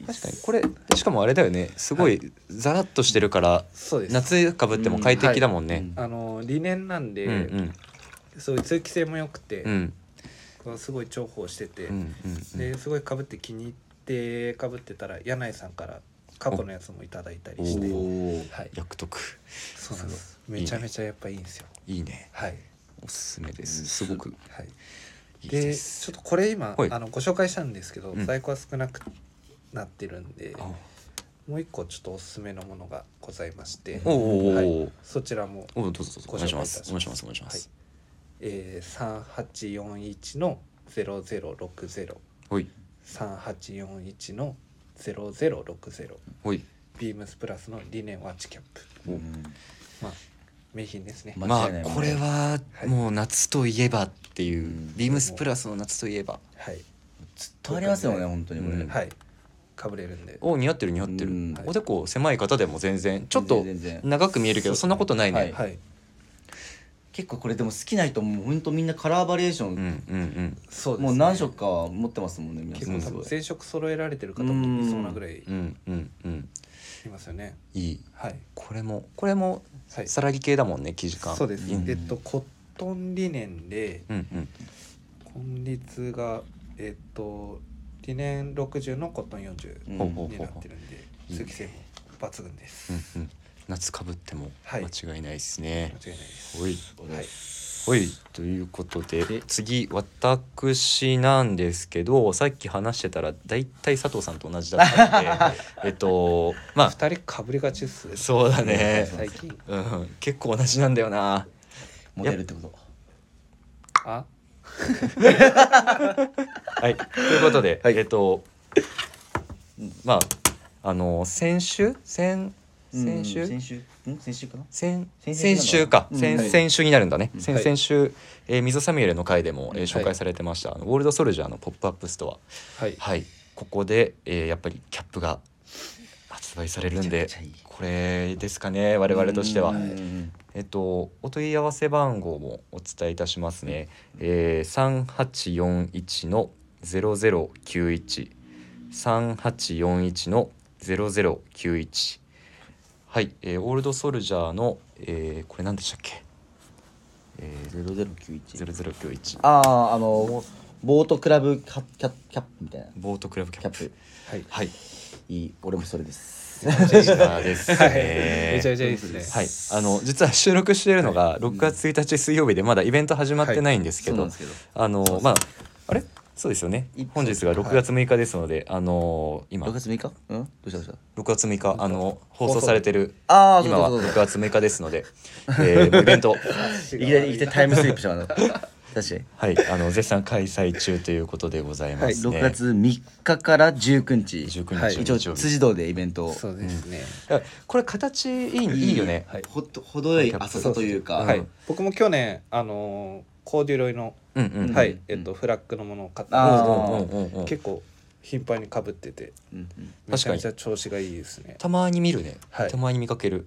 [SPEAKER 1] 確かにこれしかもあれだよねすごいザラッとしてるから
[SPEAKER 3] そうです
[SPEAKER 1] 夏かぶっても快適だもんね、
[SPEAKER 3] あの理念なんで、
[SPEAKER 1] うんうん
[SPEAKER 3] そういう通気性も良くて、
[SPEAKER 1] うん
[SPEAKER 3] こうすごい重宝してて、
[SPEAKER 1] うん
[SPEAKER 3] ですごいかぶって気に入ってかぶってたら柳井さんから過去のやつもいただいたりして
[SPEAKER 1] お
[SPEAKER 2] お
[SPEAKER 3] はい
[SPEAKER 1] 役得
[SPEAKER 3] そうなんですめちゃめちゃやっぱいいんですよ
[SPEAKER 1] いいね
[SPEAKER 3] はい
[SPEAKER 1] おすすめですすごく
[SPEAKER 3] はい
[SPEAKER 1] いい
[SPEAKER 3] で
[SPEAKER 1] です
[SPEAKER 3] ちょっとこれ今
[SPEAKER 1] はい
[SPEAKER 3] あのご紹介したんですけど、
[SPEAKER 1] うん
[SPEAKER 3] 在庫は少なくなってるんで
[SPEAKER 1] あ
[SPEAKER 3] もう一個ちょっとおすすめのものがございまして
[SPEAKER 1] おおお
[SPEAKER 3] はい、そちらも、
[SPEAKER 1] おおどうぞどうぞお
[SPEAKER 3] ご
[SPEAKER 1] 願いし
[SPEAKER 3] 紹介
[SPEAKER 1] ま
[SPEAKER 3] いたします
[SPEAKER 1] すお願いしますお願いしま
[SPEAKER 3] はい
[SPEAKER 1] す
[SPEAKER 3] えー、3841の0060
[SPEAKER 1] ほい
[SPEAKER 3] 3841の0060
[SPEAKER 1] ほい
[SPEAKER 3] ビームスプラスのリネンワッチキャップまあ名品ですね、
[SPEAKER 2] ま
[SPEAKER 1] ま
[SPEAKER 2] 間
[SPEAKER 1] あ
[SPEAKER 2] 違いない
[SPEAKER 1] これはもう夏といえばっていうビームスプラスの夏といえば
[SPEAKER 3] はい、
[SPEAKER 2] ずっとありますよね本当にこれ、
[SPEAKER 1] うん
[SPEAKER 3] はい、かぶれるんで
[SPEAKER 1] お似合ってる似合ってる
[SPEAKER 2] うん
[SPEAKER 1] おでこ狭い方でも全然ちょっと
[SPEAKER 2] 全然全然
[SPEAKER 1] 長く見えるけどそんなことない
[SPEAKER 2] は
[SPEAKER 1] ね
[SPEAKER 2] い
[SPEAKER 3] はい
[SPEAKER 2] 結構これでも好きな人も本当みんなカラーバリエーショ
[SPEAKER 1] うん
[SPEAKER 2] ン、
[SPEAKER 1] うんうん
[SPEAKER 3] そうです、ね、
[SPEAKER 2] もう何色か持ってますもんね皆
[SPEAKER 3] 結
[SPEAKER 2] さん
[SPEAKER 3] 構
[SPEAKER 2] す
[SPEAKER 3] 多
[SPEAKER 2] ご
[SPEAKER 3] 分
[SPEAKER 2] い
[SPEAKER 3] 全色揃えられてる方もいそうなぐらいい
[SPEAKER 1] うんうんうん
[SPEAKER 3] ますよね
[SPEAKER 1] いい
[SPEAKER 3] はい
[SPEAKER 1] これもこれも
[SPEAKER 3] はい
[SPEAKER 1] さらぎ系だもんね生地感
[SPEAKER 3] そうです、
[SPEAKER 1] いいね
[SPEAKER 3] えっとコットンリネンで
[SPEAKER 1] うんうん
[SPEAKER 3] 今率がえっとリネン60のコットン40
[SPEAKER 2] うん
[SPEAKER 1] ほうほう
[SPEAKER 3] に
[SPEAKER 1] ほ
[SPEAKER 3] な
[SPEAKER 1] う
[SPEAKER 3] っ
[SPEAKER 1] ほ
[SPEAKER 3] てるんで
[SPEAKER 1] いいね
[SPEAKER 3] 通気性も抜群です、
[SPEAKER 1] う、うんうん、夏かぶっても
[SPEAKER 3] は
[SPEAKER 1] 間
[SPEAKER 3] い
[SPEAKER 1] 違いないですね
[SPEAKER 3] 間違、いないです
[SPEAKER 1] ほい
[SPEAKER 3] はい
[SPEAKER 1] ほいということで次私なんですけどさっき話してたら大体佐藤さんと同じだったのでえっとまあ
[SPEAKER 3] 二人かぶりがちっす
[SPEAKER 1] そうだね、
[SPEAKER 3] 最近
[SPEAKER 1] うん、結構同じなんだよな
[SPEAKER 2] モデルってこと
[SPEAKER 1] は
[SPEAKER 3] あ
[SPEAKER 1] い、ということで、
[SPEAKER 2] はい
[SPEAKER 1] えっとまああの先週先先週、
[SPEAKER 2] うん先週ん先週かな
[SPEAKER 1] 先
[SPEAKER 2] 先
[SPEAKER 1] 先週か、
[SPEAKER 2] うん
[SPEAKER 1] 先
[SPEAKER 2] はい
[SPEAKER 1] 先週になるんだね、
[SPEAKER 2] うん
[SPEAKER 1] 先
[SPEAKER 3] はい
[SPEAKER 1] 先週、えーミゾサミュエルの回でも、えー
[SPEAKER 2] うん
[SPEAKER 1] 紹介されてました、あのウォールドソルジャーのポップアップスト
[SPEAKER 3] はい
[SPEAKER 1] アはいここで、えーやっぱりキャップが発売されるんで
[SPEAKER 2] めちゃくちゃいい
[SPEAKER 1] これですかね我々としては、
[SPEAKER 2] うん
[SPEAKER 1] えっとお問い合わせ番号もお伝えいたしますね、えー、3841の0091 3841の0091はい、えー、オールドソルジャーの、えー、これ何でしたっけ、えー、
[SPEAKER 2] 0091
[SPEAKER 1] 0091
[SPEAKER 2] あああのボートクラブキャキャキャップみたいな
[SPEAKER 1] ボートクラブキャ
[SPEAKER 2] キャ
[SPEAKER 1] ッ
[SPEAKER 2] ッ
[SPEAKER 1] プ
[SPEAKER 2] プ
[SPEAKER 3] はい
[SPEAKER 1] はい
[SPEAKER 2] いい俺もそれです
[SPEAKER 1] こちらです ね、
[SPEAKER 3] めちゃめちゃいいですね
[SPEAKER 1] はい、あの実は収録しているのが6月1日水曜日でまだイベント始まってないんですけ
[SPEAKER 2] そうな
[SPEAKER 1] ど、
[SPEAKER 2] んですけど
[SPEAKER 1] あのまああれそうですよね
[SPEAKER 2] い
[SPEAKER 1] 本日が
[SPEAKER 3] そうです
[SPEAKER 1] 6月6日ですので、あの今
[SPEAKER 2] 6
[SPEAKER 1] 6
[SPEAKER 2] 月6日うんどうしたどうした
[SPEAKER 1] 月6日あの放送されてる
[SPEAKER 2] ああそう
[SPEAKER 1] 今
[SPEAKER 2] そう
[SPEAKER 1] は
[SPEAKER 2] そうそう
[SPEAKER 1] 6月6日ですの で、えーイベント
[SPEAKER 2] いきなりいきなりタイムスリップしまった確かに
[SPEAKER 1] はいあの絶賛開催中ということでございま
[SPEAKER 2] はい、
[SPEAKER 1] すね、
[SPEAKER 2] 6月3日から19日
[SPEAKER 1] 19日、
[SPEAKER 3] はい
[SPEAKER 2] 一応
[SPEAKER 1] 日曜日
[SPEAKER 2] 辻堂でイベントを
[SPEAKER 3] そうですね、
[SPEAKER 1] あこれ形いいいいよね、
[SPEAKER 2] はい、ほと程よい浅さというか、
[SPEAKER 1] ん
[SPEAKER 3] は
[SPEAKER 1] う
[SPEAKER 3] い僕も去年あのーコーデュロイの、
[SPEAKER 1] うんうん
[SPEAKER 2] ん
[SPEAKER 3] はいえっとフラッグのものを買ったんですけど
[SPEAKER 2] あー
[SPEAKER 1] うんうんうんうん
[SPEAKER 3] 結構頻繁にかぶってて
[SPEAKER 2] うんうん
[SPEAKER 3] め
[SPEAKER 1] 確
[SPEAKER 3] ち
[SPEAKER 1] か
[SPEAKER 3] ゃ
[SPEAKER 1] に
[SPEAKER 3] めちゃ調子がいいですね
[SPEAKER 1] たまに見るね、
[SPEAKER 3] はい
[SPEAKER 1] たまに見かける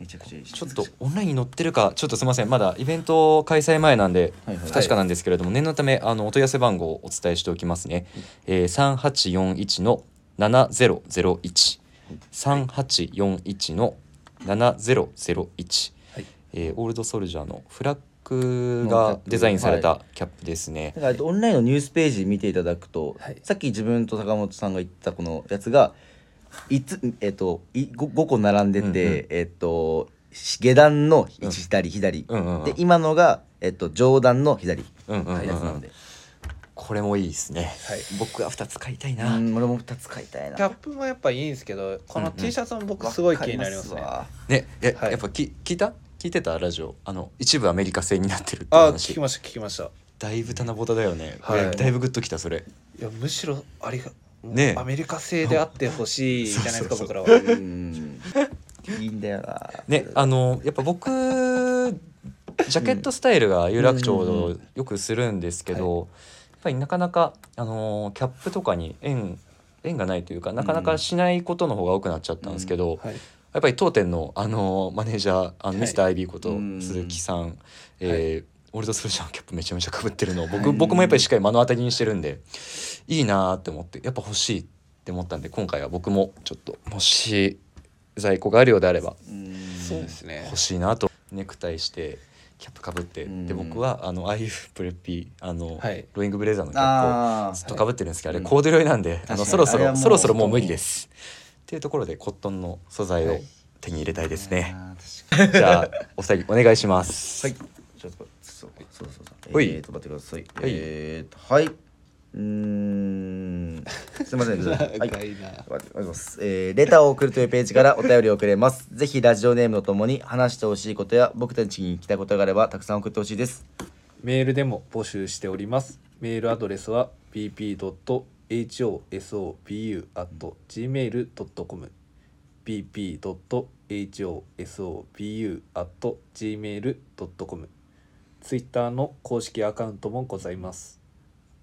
[SPEAKER 2] めちゃくちゃいい
[SPEAKER 1] ちょっとオンラインに載ってるかちょっとすみませんまだイベント開催前なんで
[SPEAKER 2] はいはい
[SPEAKER 1] 不確かなんですけれども念のためあのお問い合わせ番号をお伝えしておきますね、えー、3841の7001 3841の7001、
[SPEAKER 3] はい
[SPEAKER 1] えーオールドソルジャーのフラッグがデザインされたキャップですね、
[SPEAKER 2] なんかあとオンラインのニュースページ見ていただくと、
[SPEAKER 3] はい
[SPEAKER 2] さっき自分と坂本さんが言ったこのやつがいつえっとい 5, 個並んでて、
[SPEAKER 1] うんうん
[SPEAKER 2] えっと下段の1左左、
[SPEAKER 1] うんうんうん
[SPEAKER 2] で今のが、えっと、上段の左
[SPEAKER 1] うんうんうんうん
[SPEAKER 2] やつなんで、
[SPEAKER 1] これもいいですね、
[SPEAKER 3] はい
[SPEAKER 1] 僕は2つ買いたいうな、
[SPEAKER 2] ん俺も2つ買いたいな
[SPEAKER 3] キャップもやっぱいいんですけどこの
[SPEAKER 1] うんうん
[SPEAKER 3] T シャツも僕すごい気になりますね、
[SPEAKER 2] わか
[SPEAKER 1] ねえ、
[SPEAKER 3] はい
[SPEAKER 1] やっぱき聞いた聞いてたラジオあの一部アメリカ製になってるって
[SPEAKER 3] ああ
[SPEAKER 1] 話
[SPEAKER 3] 聞きました聞きましたい
[SPEAKER 1] だいぶ棚ぼただよね、
[SPEAKER 3] はい
[SPEAKER 1] 俺だいぶグッときたそれ
[SPEAKER 3] やむしろありが
[SPEAKER 1] ねえ
[SPEAKER 3] アメリカ製であってほしいじゃないですか
[SPEAKER 1] そう
[SPEAKER 3] 僕
[SPEAKER 1] そう
[SPEAKER 3] らは
[SPEAKER 2] りますわうんいいんだよな
[SPEAKER 1] ねあのやっぱ僕ジャケットスタイルが有楽町
[SPEAKER 2] うんうんう
[SPEAKER 1] をよくするんですけど、やっぱりなかなかあのーキャップとかに縁縁がないというかなかなかしないことの方が多くなっちゃったんですけど、
[SPEAKER 3] はい
[SPEAKER 1] やっぱり当店の、あのーマネージャーあの、
[SPEAKER 3] はい
[SPEAKER 1] ミスターアイビーこと
[SPEAKER 2] うん
[SPEAKER 1] 鈴木さん、えー俺とスルシャンキャップめちゃめちゃかぶってるのを僕僕もやっぱりしっかり目の当たりにしてるんでいいなーって思ってやっぱ欲しいって思ったんで今回は僕もちょっともし在庫があるようであれば
[SPEAKER 2] うん
[SPEAKER 3] そうですね
[SPEAKER 1] 欲しいなとネクタイしてキャップかぶってで
[SPEAKER 2] うん
[SPEAKER 1] 僕はあのああいう プレッピーあの、
[SPEAKER 3] はい
[SPEAKER 1] ロイングブレザーのキャップを
[SPEAKER 2] あ
[SPEAKER 1] ずっ
[SPEAKER 2] ー
[SPEAKER 1] とかぶってるんですけどあれ
[SPEAKER 2] うん
[SPEAKER 1] コーデュロイなんであの
[SPEAKER 2] 確かに
[SPEAKER 1] そろそ
[SPEAKER 2] あれは
[SPEAKER 1] ろ
[SPEAKER 2] もう
[SPEAKER 1] そろそろもう無理ですっていうところでコットンの素材
[SPEAKER 3] は
[SPEAKER 1] を
[SPEAKER 3] い
[SPEAKER 1] 手に入れたいですね。
[SPEAKER 2] あー確か
[SPEAKER 1] じゃあお二人お願いします。
[SPEAKER 2] はい。ちょっとそうそうそうそう。
[SPEAKER 1] はい
[SPEAKER 2] えー、と待ってください。
[SPEAKER 1] はい
[SPEAKER 2] えーとはい。うーん。すみませ ん。はい。
[SPEAKER 3] 長いな
[SPEAKER 2] わかりますえーレターを送るというページからお便りをくれます。 ぜひラジオネームとともに話してほしいことや僕たちに聞きたいことがあればたくさん送ってほしいです。
[SPEAKER 3] メールでも募集しております。メールアドレスは bp.hosobu.gmail.com bp.hosobu.gmail.com ツイッターの公式アカウントもございます。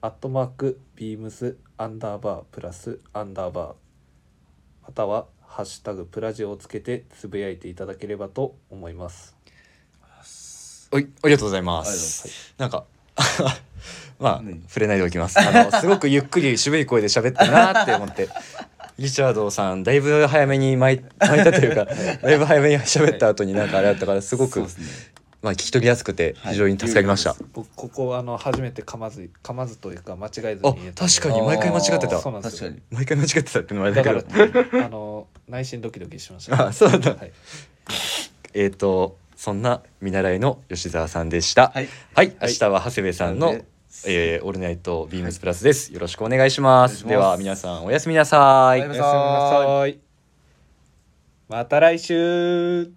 [SPEAKER 3] アットマークビームスアンダーバープラスアンダーバーまたはハッシュタグプラジオをつけてつぶやいていただければと思います。
[SPEAKER 1] はい、ありがとうございま。
[SPEAKER 2] ありがとうございます
[SPEAKER 1] なんか、 まあ、
[SPEAKER 2] 何
[SPEAKER 1] 触れないでおきます。あ の、すごくゆっくり渋い声で喋ったなって思って。リチャードさん、だいぶ早めに巻い巻いたというか、だいぶ早めに喋った後になんかあれだったから、すごく、
[SPEAKER 2] そうですね
[SPEAKER 1] まあ、聞き取りやすくて、非常に助かりました。
[SPEAKER 3] 僕ここあの初めて噛まず噛まずというか間違えずに
[SPEAKER 1] あ
[SPEAKER 3] 言え、たんで
[SPEAKER 1] 確かに毎回間違って
[SPEAKER 3] あーそ
[SPEAKER 1] た
[SPEAKER 3] う。なんです
[SPEAKER 2] 確
[SPEAKER 3] よ
[SPEAKER 2] かに。
[SPEAKER 1] 毎回間違ってたっていうのはあれだけ
[SPEAKER 3] だか
[SPEAKER 1] ど。
[SPEAKER 3] らあの内心ドキドキしました
[SPEAKER 1] あそうなんだ
[SPEAKER 3] はい、
[SPEAKER 1] えっと、そんな見習いの吉澤さんでした。
[SPEAKER 2] はい。
[SPEAKER 1] はい、明日は長谷部さんの、
[SPEAKER 2] はい
[SPEAKER 1] えーオールナイトビームスプラスです。よろしくお願いします。
[SPEAKER 2] お願いします
[SPEAKER 1] では皆さんおやすみなさい。
[SPEAKER 2] バイバイ
[SPEAKER 3] おやすみなさいまた来週